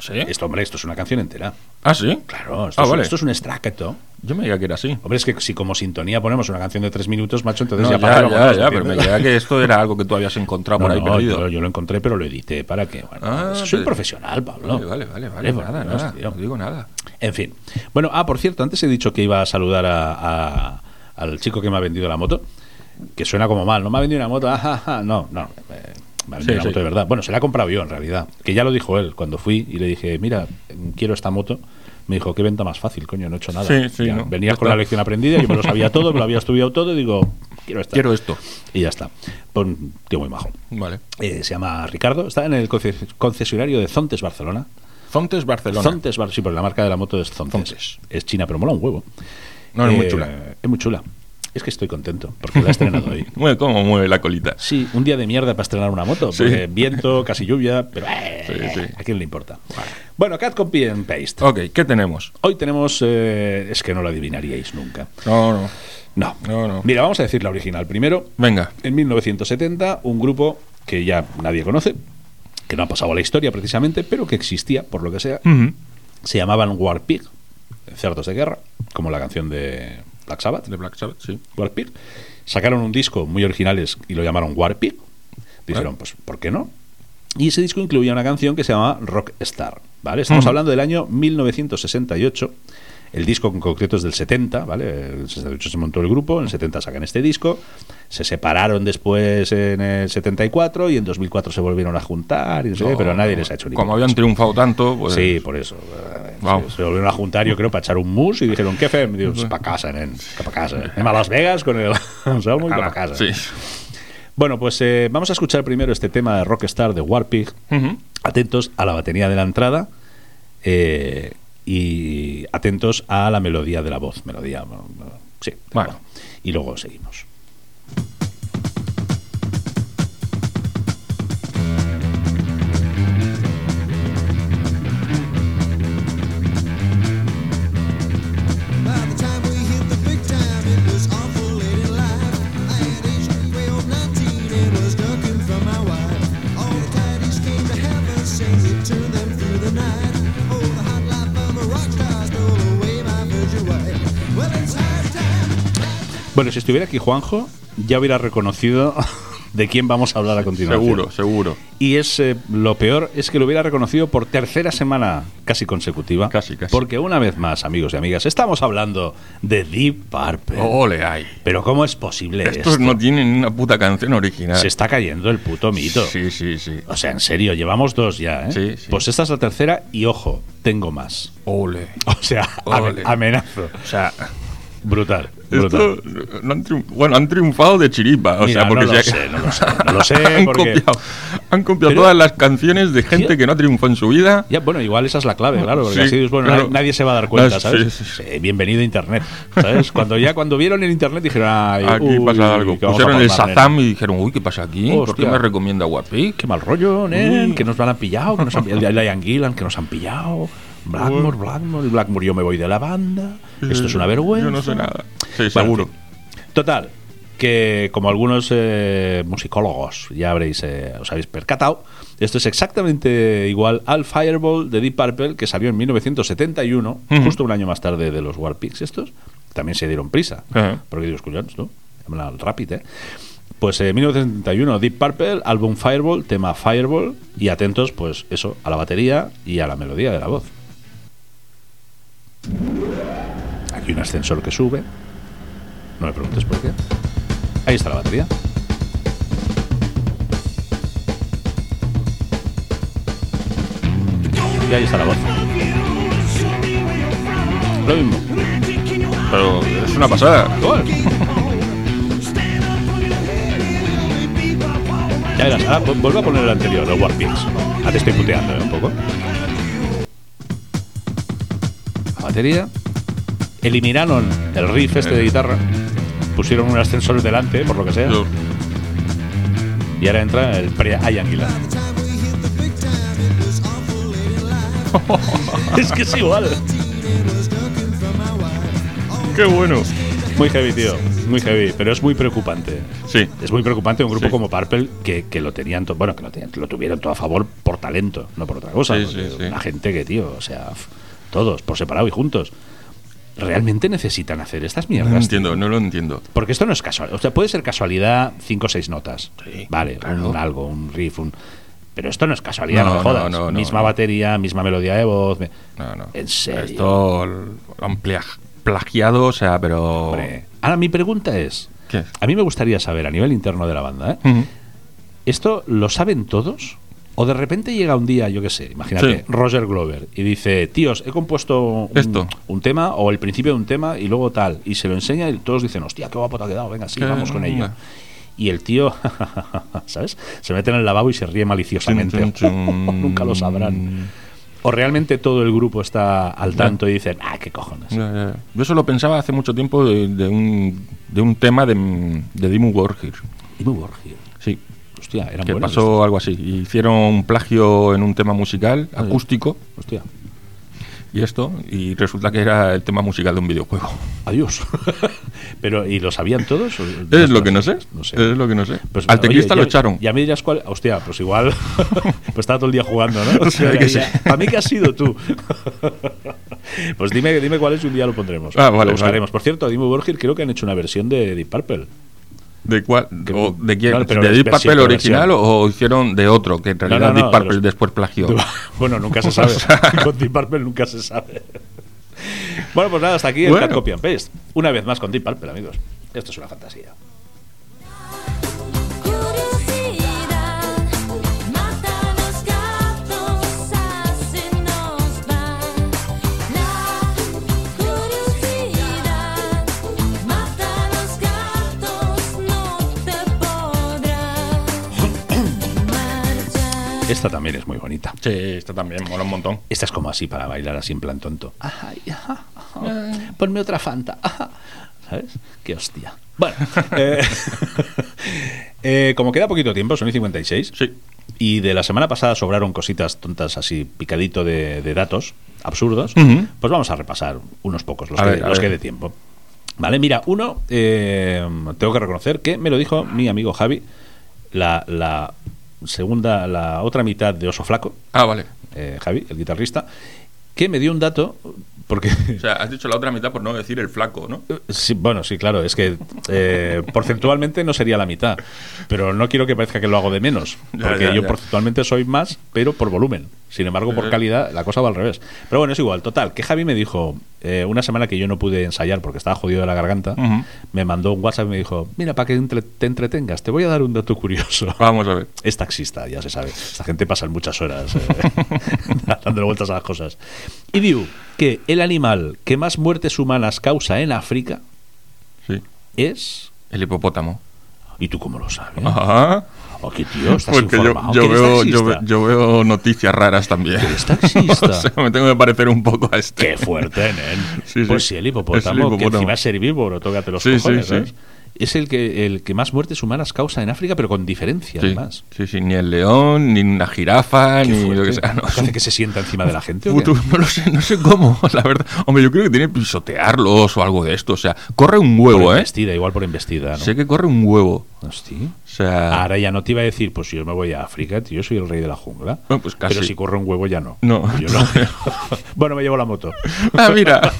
[SPEAKER 2] ¿Sí?
[SPEAKER 1] Esto, hombre, esto es una canción entera.
[SPEAKER 2] Ah, sí.
[SPEAKER 1] Claro, esto,
[SPEAKER 2] Ah,
[SPEAKER 1] es, un-
[SPEAKER 2] vale.
[SPEAKER 1] esto es un extracto.
[SPEAKER 2] Yo me diga que era así.
[SPEAKER 1] Hombre, es que si como sintonía ponemos una canción de tres minutos, macho, entonces
[SPEAKER 2] No,
[SPEAKER 1] Pues ya
[SPEAKER 2] ya,
[SPEAKER 1] para
[SPEAKER 2] ya, ya, pero me diga que esto era algo que tú habías encontrado por ahí perdido.
[SPEAKER 1] yo, yo lo encontré, pero lo edité para que. Bueno, pues
[SPEAKER 2] Ah,
[SPEAKER 1] soy
[SPEAKER 2] pero-
[SPEAKER 1] profesional, Pablo.
[SPEAKER 2] Vale, vale, vale, vale,
[SPEAKER 1] Eh, por
[SPEAKER 2] nada,
[SPEAKER 1] Dios,
[SPEAKER 2] nada,
[SPEAKER 1] tío.
[SPEAKER 2] no digo nada.
[SPEAKER 1] En fin. Bueno, ah, por cierto, antes he dicho que iba a saludar a- a- al chico que me ha vendido la moto, que suena como mal. No me ha vendido una moto, ajá, ajá. no, no. eh, Me ha vendido
[SPEAKER 2] Sí,
[SPEAKER 1] una
[SPEAKER 2] sí.
[SPEAKER 1] moto de verdad. Bueno, se la he comprado yo en realidad. Que ya lo dijo él cuando fui y le dije, mira, quiero esta moto. Me dijo, qué venta más fácil, coño, no he hecho nada.
[SPEAKER 2] Sí, sí,
[SPEAKER 1] Ya,
[SPEAKER 2] no,
[SPEAKER 1] Venía
[SPEAKER 2] ya
[SPEAKER 1] con
[SPEAKER 2] está.
[SPEAKER 1] la lección aprendida, yo me lo sabía todo, me lo había estudiado todo y digo, quiero esta.
[SPEAKER 2] Quiero esto.
[SPEAKER 1] Y ya está. Pon, tío muy majo.
[SPEAKER 2] Vale.
[SPEAKER 1] Eh, se llama Ricardo, está en el conce- concesionario de Zontes, Barcelona.
[SPEAKER 2] Fontes Barcelona.
[SPEAKER 1] Zontes, Bar- sí, pero la marca de la moto es Zontes.
[SPEAKER 2] Zontes.
[SPEAKER 1] Es china, pero mola un huevo.
[SPEAKER 2] No, es muy
[SPEAKER 1] Eh,
[SPEAKER 2] chula.
[SPEAKER 1] Es muy chula. Es que estoy contento porque la he estrenado hoy.
[SPEAKER 2] Mueve cómo mueve la colita.
[SPEAKER 1] Sí, un día de mierda para estrenar una moto.
[SPEAKER 2] Sí.
[SPEAKER 1] porque viento, casi lluvia, pero eh,
[SPEAKER 2] Sí, sí.
[SPEAKER 1] ¿a quién le importa? Bueno, Cat Copy and Paste.
[SPEAKER 2] Ok, ¿qué tenemos?
[SPEAKER 1] Hoy tenemos... eh, es que no lo adivinaríais nunca.
[SPEAKER 2] No, no.
[SPEAKER 1] No.
[SPEAKER 2] No, no.
[SPEAKER 1] Mira, vamos a decir la original primero.
[SPEAKER 2] Venga.
[SPEAKER 1] En 1970, un grupo que ya nadie conoce, que no ha pasado a la historia precisamente, pero que existía, por lo que sea,
[SPEAKER 2] Ujú.
[SPEAKER 1] se llamaban War Pig, cerdos de guerra, como la canción de Black Sabbath,
[SPEAKER 2] De Black Sabbath, sí.
[SPEAKER 1] War Pig. Sacaron un disco muy originales y lo llamaron War Pig. Dijeron,
[SPEAKER 2] Bueno.
[SPEAKER 1] pues, ¿por qué no? Y ese disco incluía una canción que se llamaba Rock Star, ¿vale? Estamos
[SPEAKER 2] Ujú.
[SPEAKER 1] hablando del año 1968. El disco en concreto es del 70, ¿vale? El 68 se montó el grupo, en el 70 sacan este disco, se separaron después en el 74 y en 2004 se volvieron a juntar, y no sé qué,
[SPEAKER 2] No,
[SPEAKER 1] pero nadie
[SPEAKER 2] no.
[SPEAKER 1] les ha hecho ni
[SPEAKER 2] Como
[SPEAKER 1] puto
[SPEAKER 2] habían
[SPEAKER 1] caso.
[SPEAKER 2] triunfado tanto, pues.
[SPEAKER 1] Sí, por eso. eh,
[SPEAKER 2] Vamos.
[SPEAKER 1] Se volvieron a juntar, yo creo, para echar un mus y dijeron, ¿qué fe? Digo, para casa, nen, para casa. Anem a Las Vegas con el Anselmo y para
[SPEAKER 2] ala,
[SPEAKER 1] casa.
[SPEAKER 2] Sí.
[SPEAKER 1] Bueno, pues eh, vamos a escuchar primero este tema de Rockstar de Warpig.
[SPEAKER 2] Ujú.
[SPEAKER 1] Atentos a la batería de la entrada eh, y atentos a la melodía de la voz. Melodía, bueno, bueno, sí. de la
[SPEAKER 2] Bueno.
[SPEAKER 1] voz. Y luego seguimos.
[SPEAKER 6] By the time we hit the big time, it was awful late in life. I had aged 12, 19, and was ducking from my wife. All the daddies came to have us, and we turned them through the night. Oh, the hot life of a rock star stole away my virgin wife. Well, it's high time.
[SPEAKER 1] Bueno, si estuviera aquí Juanjo, ya hubiera reconocido de quién vamos a hablar a continuación.
[SPEAKER 2] Seguro, seguro.
[SPEAKER 1] Y es eh, lo peor es que lo hubiera reconocido por tercera semana casi consecutiva.
[SPEAKER 2] Casi, casi.
[SPEAKER 1] Porque una vez más, amigos y amigas, estamos hablando de Deep Purple.
[SPEAKER 2] Ole, ay.
[SPEAKER 1] Pero ¿cómo es posible esto?
[SPEAKER 2] Estos Oh. no tienen una puta canción original.
[SPEAKER 1] Se está cayendo el puto Este mito.
[SPEAKER 2] Sí, sí, sí.
[SPEAKER 1] O sea, en serio, llevamos dos ya, ¿eh?
[SPEAKER 2] Sí, sí.
[SPEAKER 1] Pues esta es la tercera y ojo, tengo más.
[SPEAKER 2] Ole.
[SPEAKER 1] O sea, ame-
[SPEAKER 2] Ole.
[SPEAKER 1] amenazo.
[SPEAKER 2] O sea,
[SPEAKER 1] Brutal. Brutal.
[SPEAKER 2] Esto, no han triun- bueno, han triunfado de chiripa. O
[SPEAKER 1] Mira,
[SPEAKER 2] sea, porque
[SPEAKER 1] no lo
[SPEAKER 2] si-
[SPEAKER 1] sé, no lo sé, no lo sé,
[SPEAKER 2] han,
[SPEAKER 1] porque-
[SPEAKER 2] copiado, han copiado
[SPEAKER 1] Pero-
[SPEAKER 2] todas las canciones de gente que no triunfó en su vida.
[SPEAKER 1] Ya, bueno, igual esa es la clave, claro, porque
[SPEAKER 2] Sí,
[SPEAKER 1] así bueno,
[SPEAKER 2] claro.
[SPEAKER 1] nadie, nadie se va a dar cuenta,
[SPEAKER 2] Ah, sí,
[SPEAKER 1] ¿sabes?
[SPEAKER 2] sí, sí.
[SPEAKER 1] Eh, bienvenido a Internet, ¿sabes? Cuando ya cuando vieron el Internet dijeron, ay,
[SPEAKER 2] Aquí
[SPEAKER 1] uy,
[SPEAKER 2] pasa algo.
[SPEAKER 1] que vamos a
[SPEAKER 2] Pusieron el
[SPEAKER 1] palmar,
[SPEAKER 2] Shazam y dijeron, uy, ¿qué pasa aquí? ¿Por qué
[SPEAKER 1] Hostia.
[SPEAKER 2] me recomienda Guapi?
[SPEAKER 1] nen. Qué mal rollo, nen,
[SPEAKER 2] Uy.
[SPEAKER 1] que nos van a pillado, que nos han pillado, Lion Gillan, que nos han pillado, Blackmore, Blackmore, Blackmore, yo me voy de la banda, esto es una vergüenza.
[SPEAKER 2] Yo no sé nada. Sí,
[SPEAKER 1] Bueno,
[SPEAKER 2] seguro.
[SPEAKER 1] en fin. Total, que como algunos eh, musicólogos ya habréis, eh, os habéis percatado, esto es exactamente igual al Fireball de Deep Purple que salió en 1971,
[SPEAKER 2] Ujú.
[SPEAKER 1] justo un año más tarde de los War Pigs estos. También se dieron prisa.
[SPEAKER 2] Ajá.
[SPEAKER 1] Porque digo, collons, ¿no? Llámala al rápido, ¿eh? Pues en 1971, Deep Purple, álbum Fireball, tema Fireball, y atentos, pues eso, a la batería y a la melodía de la voz. Aquí un ascensor que sube. No me preguntes por qué. Ahí está la batería. Y ahí está la voz. Lo mismo.
[SPEAKER 2] Pero es una pasada.
[SPEAKER 1] Gol. Ya verás, ahora vu- vuelvo a poner el anterior, los Warpings. Ahora te estoy puteando ¿eh? un poco. La batería. Eliminaron el riff este de guitarra. Pusieron un ascensor delante, por lo que sea.
[SPEAKER 2] Yo-
[SPEAKER 1] Y ahora entra el pre-Ayanguila. es que es igual.
[SPEAKER 2] qué bueno.
[SPEAKER 1] Muy heavy, tío. Muy heavy, pero es muy preocupante.
[SPEAKER 2] Sí.
[SPEAKER 1] Es muy preocupante un grupo
[SPEAKER 2] Sí.
[SPEAKER 1] como Purple que, que lo tenían to- bueno, que lo, tenían- lo tuvieron todo a favor por talento, no por otra cosa.
[SPEAKER 2] Sí,
[SPEAKER 1] porque
[SPEAKER 2] sí, sí.
[SPEAKER 1] La gente que, tío, o sea, f- todos, por separado y juntos. ¿Realmente necesitan hacer estas
[SPEAKER 2] No lo
[SPEAKER 1] mierdas? tío?
[SPEAKER 2] entiendo, no lo entiendo.
[SPEAKER 1] Porque esto no es casual. O sea, puede ser casualidad cinco o seis notas.
[SPEAKER 2] Sí,
[SPEAKER 1] vale,
[SPEAKER 2] claro.
[SPEAKER 1] un algo, un riff, un. Pero esto no es casualidad, no,
[SPEAKER 2] No,
[SPEAKER 1] me
[SPEAKER 2] no,
[SPEAKER 1] jodas.
[SPEAKER 2] no, no,
[SPEAKER 1] misma
[SPEAKER 2] no.
[SPEAKER 1] batería, misma melodía de voz. me-
[SPEAKER 2] No, no.
[SPEAKER 1] En serio.
[SPEAKER 2] Esto lo han plia- plagiado, o sea, pero.
[SPEAKER 1] Hombre. Ahora, mi pregunta es:
[SPEAKER 2] ¿Qué?
[SPEAKER 1] a mí me gustaría saber a nivel interno de la banda, ¿eh?
[SPEAKER 2] Ujú.
[SPEAKER 1] ¿Esto lo saben todos? ¿O de repente llega un día, yo qué sé, imagínate,
[SPEAKER 2] Sí.
[SPEAKER 1] Roger Glover y dice, tíos, he compuesto un,
[SPEAKER 2] Esto.
[SPEAKER 1] un tema o el principio de un tema y luego tal, y se lo enseña y todos dicen, hostia, qué guapo te ha quedado, venga, sí,
[SPEAKER 2] Qué
[SPEAKER 1] vamos con ello.
[SPEAKER 2] onda.
[SPEAKER 1] Y el tío, ¿sabes? Se mete en el lavabo y se ríe maliciosamente.
[SPEAKER 2] Chun, chun, chun.
[SPEAKER 1] Nunca lo sabrán. O realmente todo el grupo está al
[SPEAKER 2] Ya.
[SPEAKER 1] tanto y dicen, ah, qué cojones.
[SPEAKER 2] Ya, ya, ya. Yo eso lo pensaba hace mucho tiempo de, de un, de un tema de, de Dimmu Borgir.
[SPEAKER 1] Y muy Borgir.
[SPEAKER 2] Sí,
[SPEAKER 1] Hostia, eran
[SPEAKER 2] que
[SPEAKER 1] buenos
[SPEAKER 2] pasó algo así. Hicieron un plagio en un tema musical acústico
[SPEAKER 1] estos. Hostia.
[SPEAKER 2] y esto, y resulta que era el tema musical de un videojuego.
[SPEAKER 1] Adiós. Pero, ¿y lo sabían todos?
[SPEAKER 2] Es lo que no sé. Eh,
[SPEAKER 1] No sé.
[SPEAKER 2] Es lo que no sé.
[SPEAKER 1] Pues,
[SPEAKER 2] Al
[SPEAKER 1] oye,
[SPEAKER 2] teclista
[SPEAKER 1] ya-
[SPEAKER 2] lo echaron.
[SPEAKER 1] Ya me dirás cuál. Hostia, pues igual. pues estaba todo el día jugando, ¿no?
[SPEAKER 2] O sea que sí.
[SPEAKER 1] Para mí que has sido tú. pues dime, dime cuál es y un día lo pondremos.
[SPEAKER 2] Ah, vale,
[SPEAKER 1] Lo buscaremos.
[SPEAKER 2] vale.
[SPEAKER 1] Por cierto, a Dimo Borgir creo que han hecho una versión de Deep Purple.
[SPEAKER 2] ¿De cuál?
[SPEAKER 1] Que-
[SPEAKER 2] o ¿De quién?
[SPEAKER 1] no, pero
[SPEAKER 2] ¿De
[SPEAKER 1] es
[SPEAKER 2] Deep
[SPEAKER 1] versión,
[SPEAKER 2] Purple
[SPEAKER 1] pero versión.
[SPEAKER 2] original o, o hicieron de otro? Que en realidad
[SPEAKER 1] no,
[SPEAKER 2] Deep
[SPEAKER 1] de
[SPEAKER 2] Purple
[SPEAKER 1] los-
[SPEAKER 2] después plagió.
[SPEAKER 1] bueno, nunca se sabe.
[SPEAKER 2] O sea.
[SPEAKER 1] con Deep Purple nunca se sabe. bueno, pues nada, hasta aquí el
[SPEAKER 2] Bueno.
[SPEAKER 1] Cat Copy and Paste. Una vez más con Deep Purple, amigos. Esto es una fantasía.
[SPEAKER 7] Curiosidad, mata los gatos, así nos va. La curiosidad, mata los gatos, no te podrás marchar.
[SPEAKER 1] Esta también es muy bonita.
[SPEAKER 2] Sí, esta también mola un montón.
[SPEAKER 1] Esta es como así para bailar así en plan tonto. Ay, ajá, ajá.
[SPEAKER 2] Eh.
[SPEAKER 1] Ponme otra fanta. ajá. ¿Sabes? Qué hostia. Bueno, eh, eh, como queda poquito tiempo, son y 56.
[SPEAKER 2] Sí.
[SPEAKER 1] Y de la semana pasada sobraron cositas tontas así, picadito de, de datos absurdos.
[SPEAKER 2] Ujú.
[SPEAKER 1] Pues vamos a repasar unos pocos, los,
[SPEAKER 2] A
[SPEAKER 1] que,
[SPEAKER 2] ver, a
[SPEAKER 1] los que
[SPEAKER 2] ver.
[SPEAKER 1] dé tiempo. Vale, mira, uno, eh, tengo que reconocer que me lo dijo mi amigo Javi, la, la segunda, la otra mitad de Oso Flaco
[SPEAKER 2] Ah, vale.
[SPEAKER 1] eh, Javi, el guitarrista, que me dio un dato, porque...
[SPEAKER 2] O sea, has dicho la otra mitad por no decir el flaco, ¿no?
[SPEAKER 1] Sí, bueno, sí, claro, es que eh, porcentualmente no sería la mitad, pero no quiero que parezca que lo hago de menos,
[SPEAKER 2] Ya,
[SPEAKER 1] porque
[SPEAKER 2] ya,
[SPEAKER 1] yo
[SPEAKER 2] ya.
[SPEAKER 1] porcentualmente soy más, pero por volumen. Sin embargo, por
[SPEAKER 2] Ujú.
[SPEAKER 1] calidad la cosa va al revés. Pero bueno, es igual, total, que Javi me dijo, eh, una semana que yo no pude ensayar porque estaba jodido de la garganta,
[SPEAKER 2] Ujú.
[SPEAKER 1] me mandó un WhatsApp y me dijo, mira, para que entre- te entretengas, te voy a dar un dato curioso.
[SPEAKER 2] Vamos a ver.
[SPEAKER 1] Es taxista, ya se sabe. Esta gente pasa muchas horas eh, dándole vueltas a las cosas. Y diu que el animal que más muertes humanas causa en África es.
[SPEAKER 2] El hipopótamo.
[SPEAKER 1] ¿Y tú cómo lo sabes?
[SPEAKER 2] Ajá.
[SPEAKER 1] Oh, qué tío, estás
[SPEAKER 2] Porque yo,
[SPEAKER 1] informado.
[SPEAKER 2] yo
[SPEAKER 1] ¿Que eres
[SPEAKER 2] veo, yo,
[SPEAKER 1] taxista?
[SPEAKER 2] ve- yo veo noticias raras también.
[SPEAKER 1] ¿Eres taxista?
[SPEAKER 2] O sea, me tengo que parecer un poco a este.
[SPEAKER 1] Qué fuerte, nen.
[SPEAKER 2] Sí, sí.
[SPEAKER 1] Pues sí, el hipopótamo,
[SPEAKER 2] Es el hipopótamo.
[SPEAKER 1] que encima es herbívoro, tócate los
[SPEAKER 2] Sí, sí,
[SPEAKER 1] cojones,
[SPEAKER 2] sí.
[SPEAKER 1] ¿sabes? Es el que, el que más muertes humanas causa en África, pero con diferencia,
[SPEAKER 2] Sí,
[SPEAKER 1] además.
[SPEAKER 2] sí, sí, ni el león, ni una jirafa,
[SPEAKER 1] Qué
[SPEAKER 2] ni lo
[SPEAKER 1] fuerte.
[SPEAKER 2] que sea. ah, No, es
[SPEAKER 1] ¿Qué
[SPEAKER 2] un
[SPEAKER 1] hace que se sienta encima de la gente? o qué?
[SPEAKER 2] puto- no lo sé, no sé cómo, la verdad. Hombre, yo creo que tiene que pisotearlos o algo de esto. O sea, corre un
[SPEAKER 1] Por
[SPEAKER 2] huevo, ¿eh?
[SPEAKER 1] embestida, igual por embestida, ¿no?
[SPEAKER 2] Sé que corre un huevo.
[SPEAKER 1] Hostia.
[SPEAKER 2] O sea,
[SPEAKER 1] Ahora ya no te iba a decir, pues yo me voy a África, tío, soy el rey de la jungla.
[SPEAKER 2] Bueno, pues casi.
[SPEAKER 1] Pero si corre un huevo ya no.
[SPEAKER 2] No.
[SPEAKER 1] Yo no. bueno, me llevo la moto.
[SPEAKER 2] ah, mira,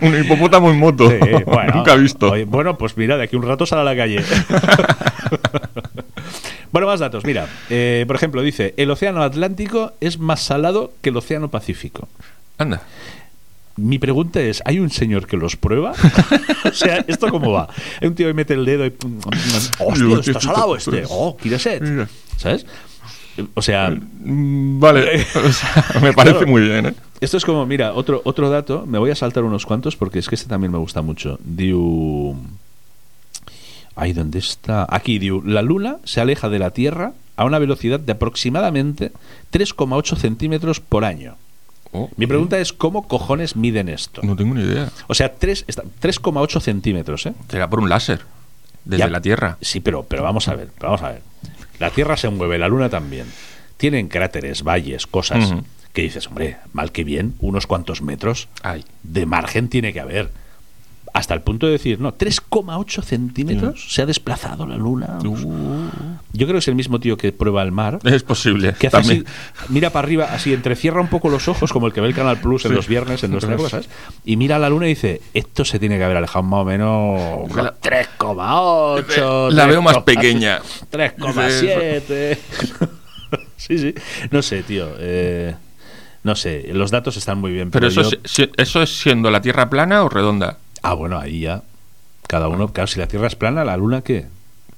[SPEAKER 2] un hipopótamo en moto.
[SPEAKER 1] Sí, bueno,
[SPEAKER 2] Nunca he visto.
[SPEAKER 1] Oye, bueno, pues mira, de aquí un rato sale a la calle. bueno, más datos. Mira, eh, por ejemplo, dice: el océano Atlántico es más salado que el océano Pacífico.
[SPEAKER 2] Anda.
[SPEAKER 1] Mi pregunta es, ¿hay un señor que los prueba? o sea, ¿esto cómo va? Hay un tío que mete el dedo y... pum, pum, pum, ¡Hostia, está salado este! ¡Oh, Kiraset!
[SPEAKER 2] Mira.
[SPEAKER 1] ¿Sabes? O sea,
[SPEAKER 2] Mm, Vale, o sea, me parece
[SPEAKER 1] Claro.
[SPEAKER 2] muy bien, ¿eh?
[SPEAKER 1] esto es como, mira, otro, otro dato, me voy a saltar unos cuantos porque es que este también me gusta mucho. Diu... Ahí ¿dónde está? Aquí, Diu. La luna se aleja de la Tierra a una velocidad de aproximadamente 3,8 centímetros por año.
[SPEAKER 2] Oh,
[SPEAKER 1] Mi pregunta es, ¿cómo cojones miden esto?
[SPEAKER 2] No tengo ni idea.
[SPEAKER 1] O sea, tres- está- 3,8 centímetros, ¿eh?
[SPEAKER 2] Será por un láser. Desde
[SPEAKER 1] Ya.
[SPEAKER 2] la Tierra.
[SPEAKER 1] Sí, pero, pero vamos a ver, pero vamos a ver. La Tierra se mueve, la Luna también. Tienen cráteres, valles, cosas
[SPEAKER 2] Ujú.
[SPEAKER 1] que dices, hombre, mal que bien, unos cuantos metros
[SPEAKER 2] Ay.
[SPEAKER 1] de margen tiene que haber. Hasta el punto de decir, no, 3,8 centímetros se ha desplazado la Luna.
[SPEAKER 2] Uh,
[SPEAKER 1] Yo creo que es el mismo tío que prueba el mar.
[SPEAKER 2] es posible.
[SPEAKER 1] Que hace así,
[SPEAKER 2] también.
[SPEAKER 1] mira para arriba, así entrecierra un poco los ojos, como el que ve el Canal Plus en
[SPEAKER 2] Sí.
[SPEAKER 1] los viernes, en nuestra cosas, y mira a la luna y dice, esto se tiene que haber alejado más o menos
[SPEAKER 2] La-
[SPEAKER 1] 3,8.
[SPEAKER 2] La veo más
[SPEAKER 1] 3,6,
[SPEAKER 2] pequeña.
[SPEAKER 1] 3,7. sí, sí. No sé, tío. eh, no sé, los datos están muy bien.
[SPEAKER 2] Pero eso,
[SPEAKER 1] yo-
[SPEAKER 2] es, si- eso es siendo la Tierra plana o redonda.
[SPEAKER 1] Ah, bueno, ahí ya. Cada uno, claro, si la Tierra es plana, ¿la luna qué?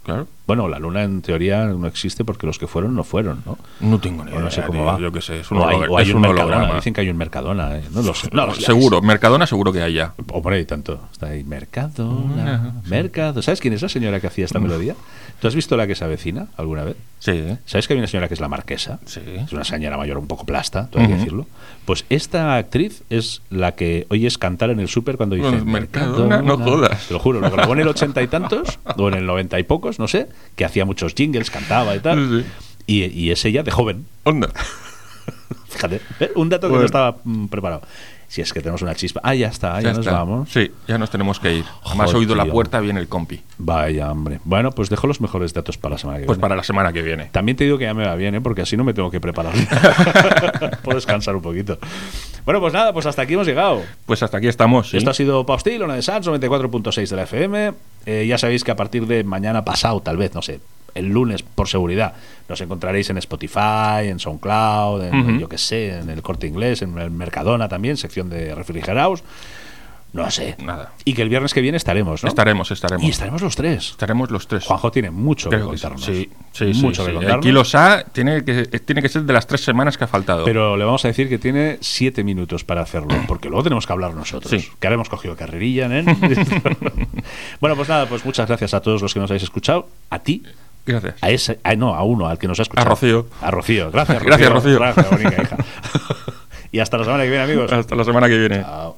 [SPEAKER 2] Claro.
[SPEAKER 1] Bueno, la luna en teoría no existe porque los que fueron no fueron, ¿no?
[SPEAKER 2] No tengo Eh, ni
[SPEAKER 1] O
[SPEAKER 2] idea.
[SPEAKER 1] no sé
[SPEAKER 2] tío,
[SPEAKER 1] cómo va.
[SPEAKER 2] Yo qué sé, es un,
[SPEAKER 1] O hay,
[SPEAKER 2] hologra-
[SPEAKER 1] o hay
[SPEAKER 2] es
[SPEAKER 1] un
[SPEAKER 2] un
[SPEAKER 1] Mercadona,
[SPEAKER 2] holograma.
[SPEAKER 1] Dicen que hay un Mercadona. eh. No lo sé. No lo sé.
[SPEAKER 2] seguro, Mercadona seguro que hay ya.
[SPEAKER 1] Hombre, y tanto. Está ahí. Mercadona. Mercado. ¿Sabes quién es la señora que hacía esta melodía? ¿Tú has visto la que se avecina alguna vez?
[SPEAKER 2] Sí, ¿eh?
[SPEAKER 1] ¿Sabes que hay una señora que es la marquesa?
[SPEAKER 2] Sí.
[SPEAKER 1] Es una señora mayor un poco plasta, todo hay que
[SPEAKER 2] Ujú.
[SPEAKER 1] decirlo. Pues esta actriz es la que oyes cantar en el súper cuando dice...
[SPEAKER 2] Bueno, Mercadona, no jodas.
[SPEAKER 1] Te lo juro, lo grabó en el ochenta y tantos, o en el noventa y pocos, no sé, que hacía muchos jingles, cantaba y tal.
[SPEAKER 2] Sí, sí.
[SPEAKER 1] Y, y es ella de joven.
[SPEAKER 2] Onda.
[SPEAKER 1] Fíjate, ¿eh? un dato que no
[SPEAKER 2] Bueno.
[SPEAKER 1] estaba mm, preparado. Si es que tenemos una chispa. Ah, ya está, ya,
[SPEAKER 2] Ya
[SPEAKER 1] nos
[SPEAKER 2] está.
[SPEAKER 1] vamos.
[SPEAKER 2] Sí, ya nos tenemos que ir. Me has
[SPEAKER 1] Joder,
[SPEAKER 2] oído la
[SPEAKER 1] tío.
[SPEAKER 2] puerta, viene el compi.
[SPEAKER 1] Vaya, hombre. Bueno, pues dejo los mejores datos para la semana que
[SPEAKER 2] Pues
[SPEAKER 1] viene.
[SPEAKER 2] para la semana que viene.
[SPEAKER 1] También te digo que ya me va bien, ¿eh? porque así no me tengo que preparar. Puedo descansar un poquito. Bueno, pues nada, pues hasta aquí hemos llegado.
[SPEAKER 2] Pues hasta aquí estamos. ¿sí?
[SPEAKER 1] Esto ha sido Paustil, una de Sans, 94.6 de la FM. Eh, ya sabéis que a partir de mañana pasado, tal vez, no sé, el lunes, por seguridad, nos encontraréis en Spotify, en SoundCloud, en,
[SPEAKER 2] Ujú.
[SPEAKER 1] yo qué sé, en el Corte Inglés, en el Mercadona también, sección de refrigerados. No sé.
[SPEAKER 2] Nada.
[SPEAKER 1] Y que el viernes que viene estaremos, ¿no?
[SPEAKER 2] Estaremos, estaremos.
[SPEAKER 1] Y estaremos los tres.
[SPEAKER 2] Estaremos los tres.
[SPEAKER 1] Juanjo tiene mucho
[SPEAKER 2] Creo
[SPEAKER 1] que
[SPEAKER 2] que sí.
[SPEAKER 1] contarnos.
[SPEAKER 2] Sí, sí, sí,
[SPEAKER 1] mucho
[SPEAKER 2] sí.
[SPEAKER 1] que contarnos.
[SPEAKER 2] Aquí los A tiene que, tiene que ser de las tres semanas que ha faltado.
[SPEAKER 1] Pero le vamos a decir que tiene siete minutos para hacerlo, porque luego tenemos que hablar nosotros.
[SPEAKER 2] Sí.
[SPEAKER 1] Que ahora hemos cogido carrerilla, ¿eh? bueno, pues nada, pues muchas gracias a todos los que nos habéis escuchado, a ti,
[SPEAKER 2] Gracias.
[SPEAKER 1] a ese, a- no, a uno, al que nos ha escuchado.
[SPEAKER 2] A Rocío.
[SPEAKER 1] A Rocío, gracias.
[SPEAKER 2] Gracias, Rocío.
[SPEAKER 1] Gracias, bonita hija. y hasta la semana que viene, amigos.
[SPEAKER 2] Hasta la semana que viene.
[SPEAKER 1] Chao.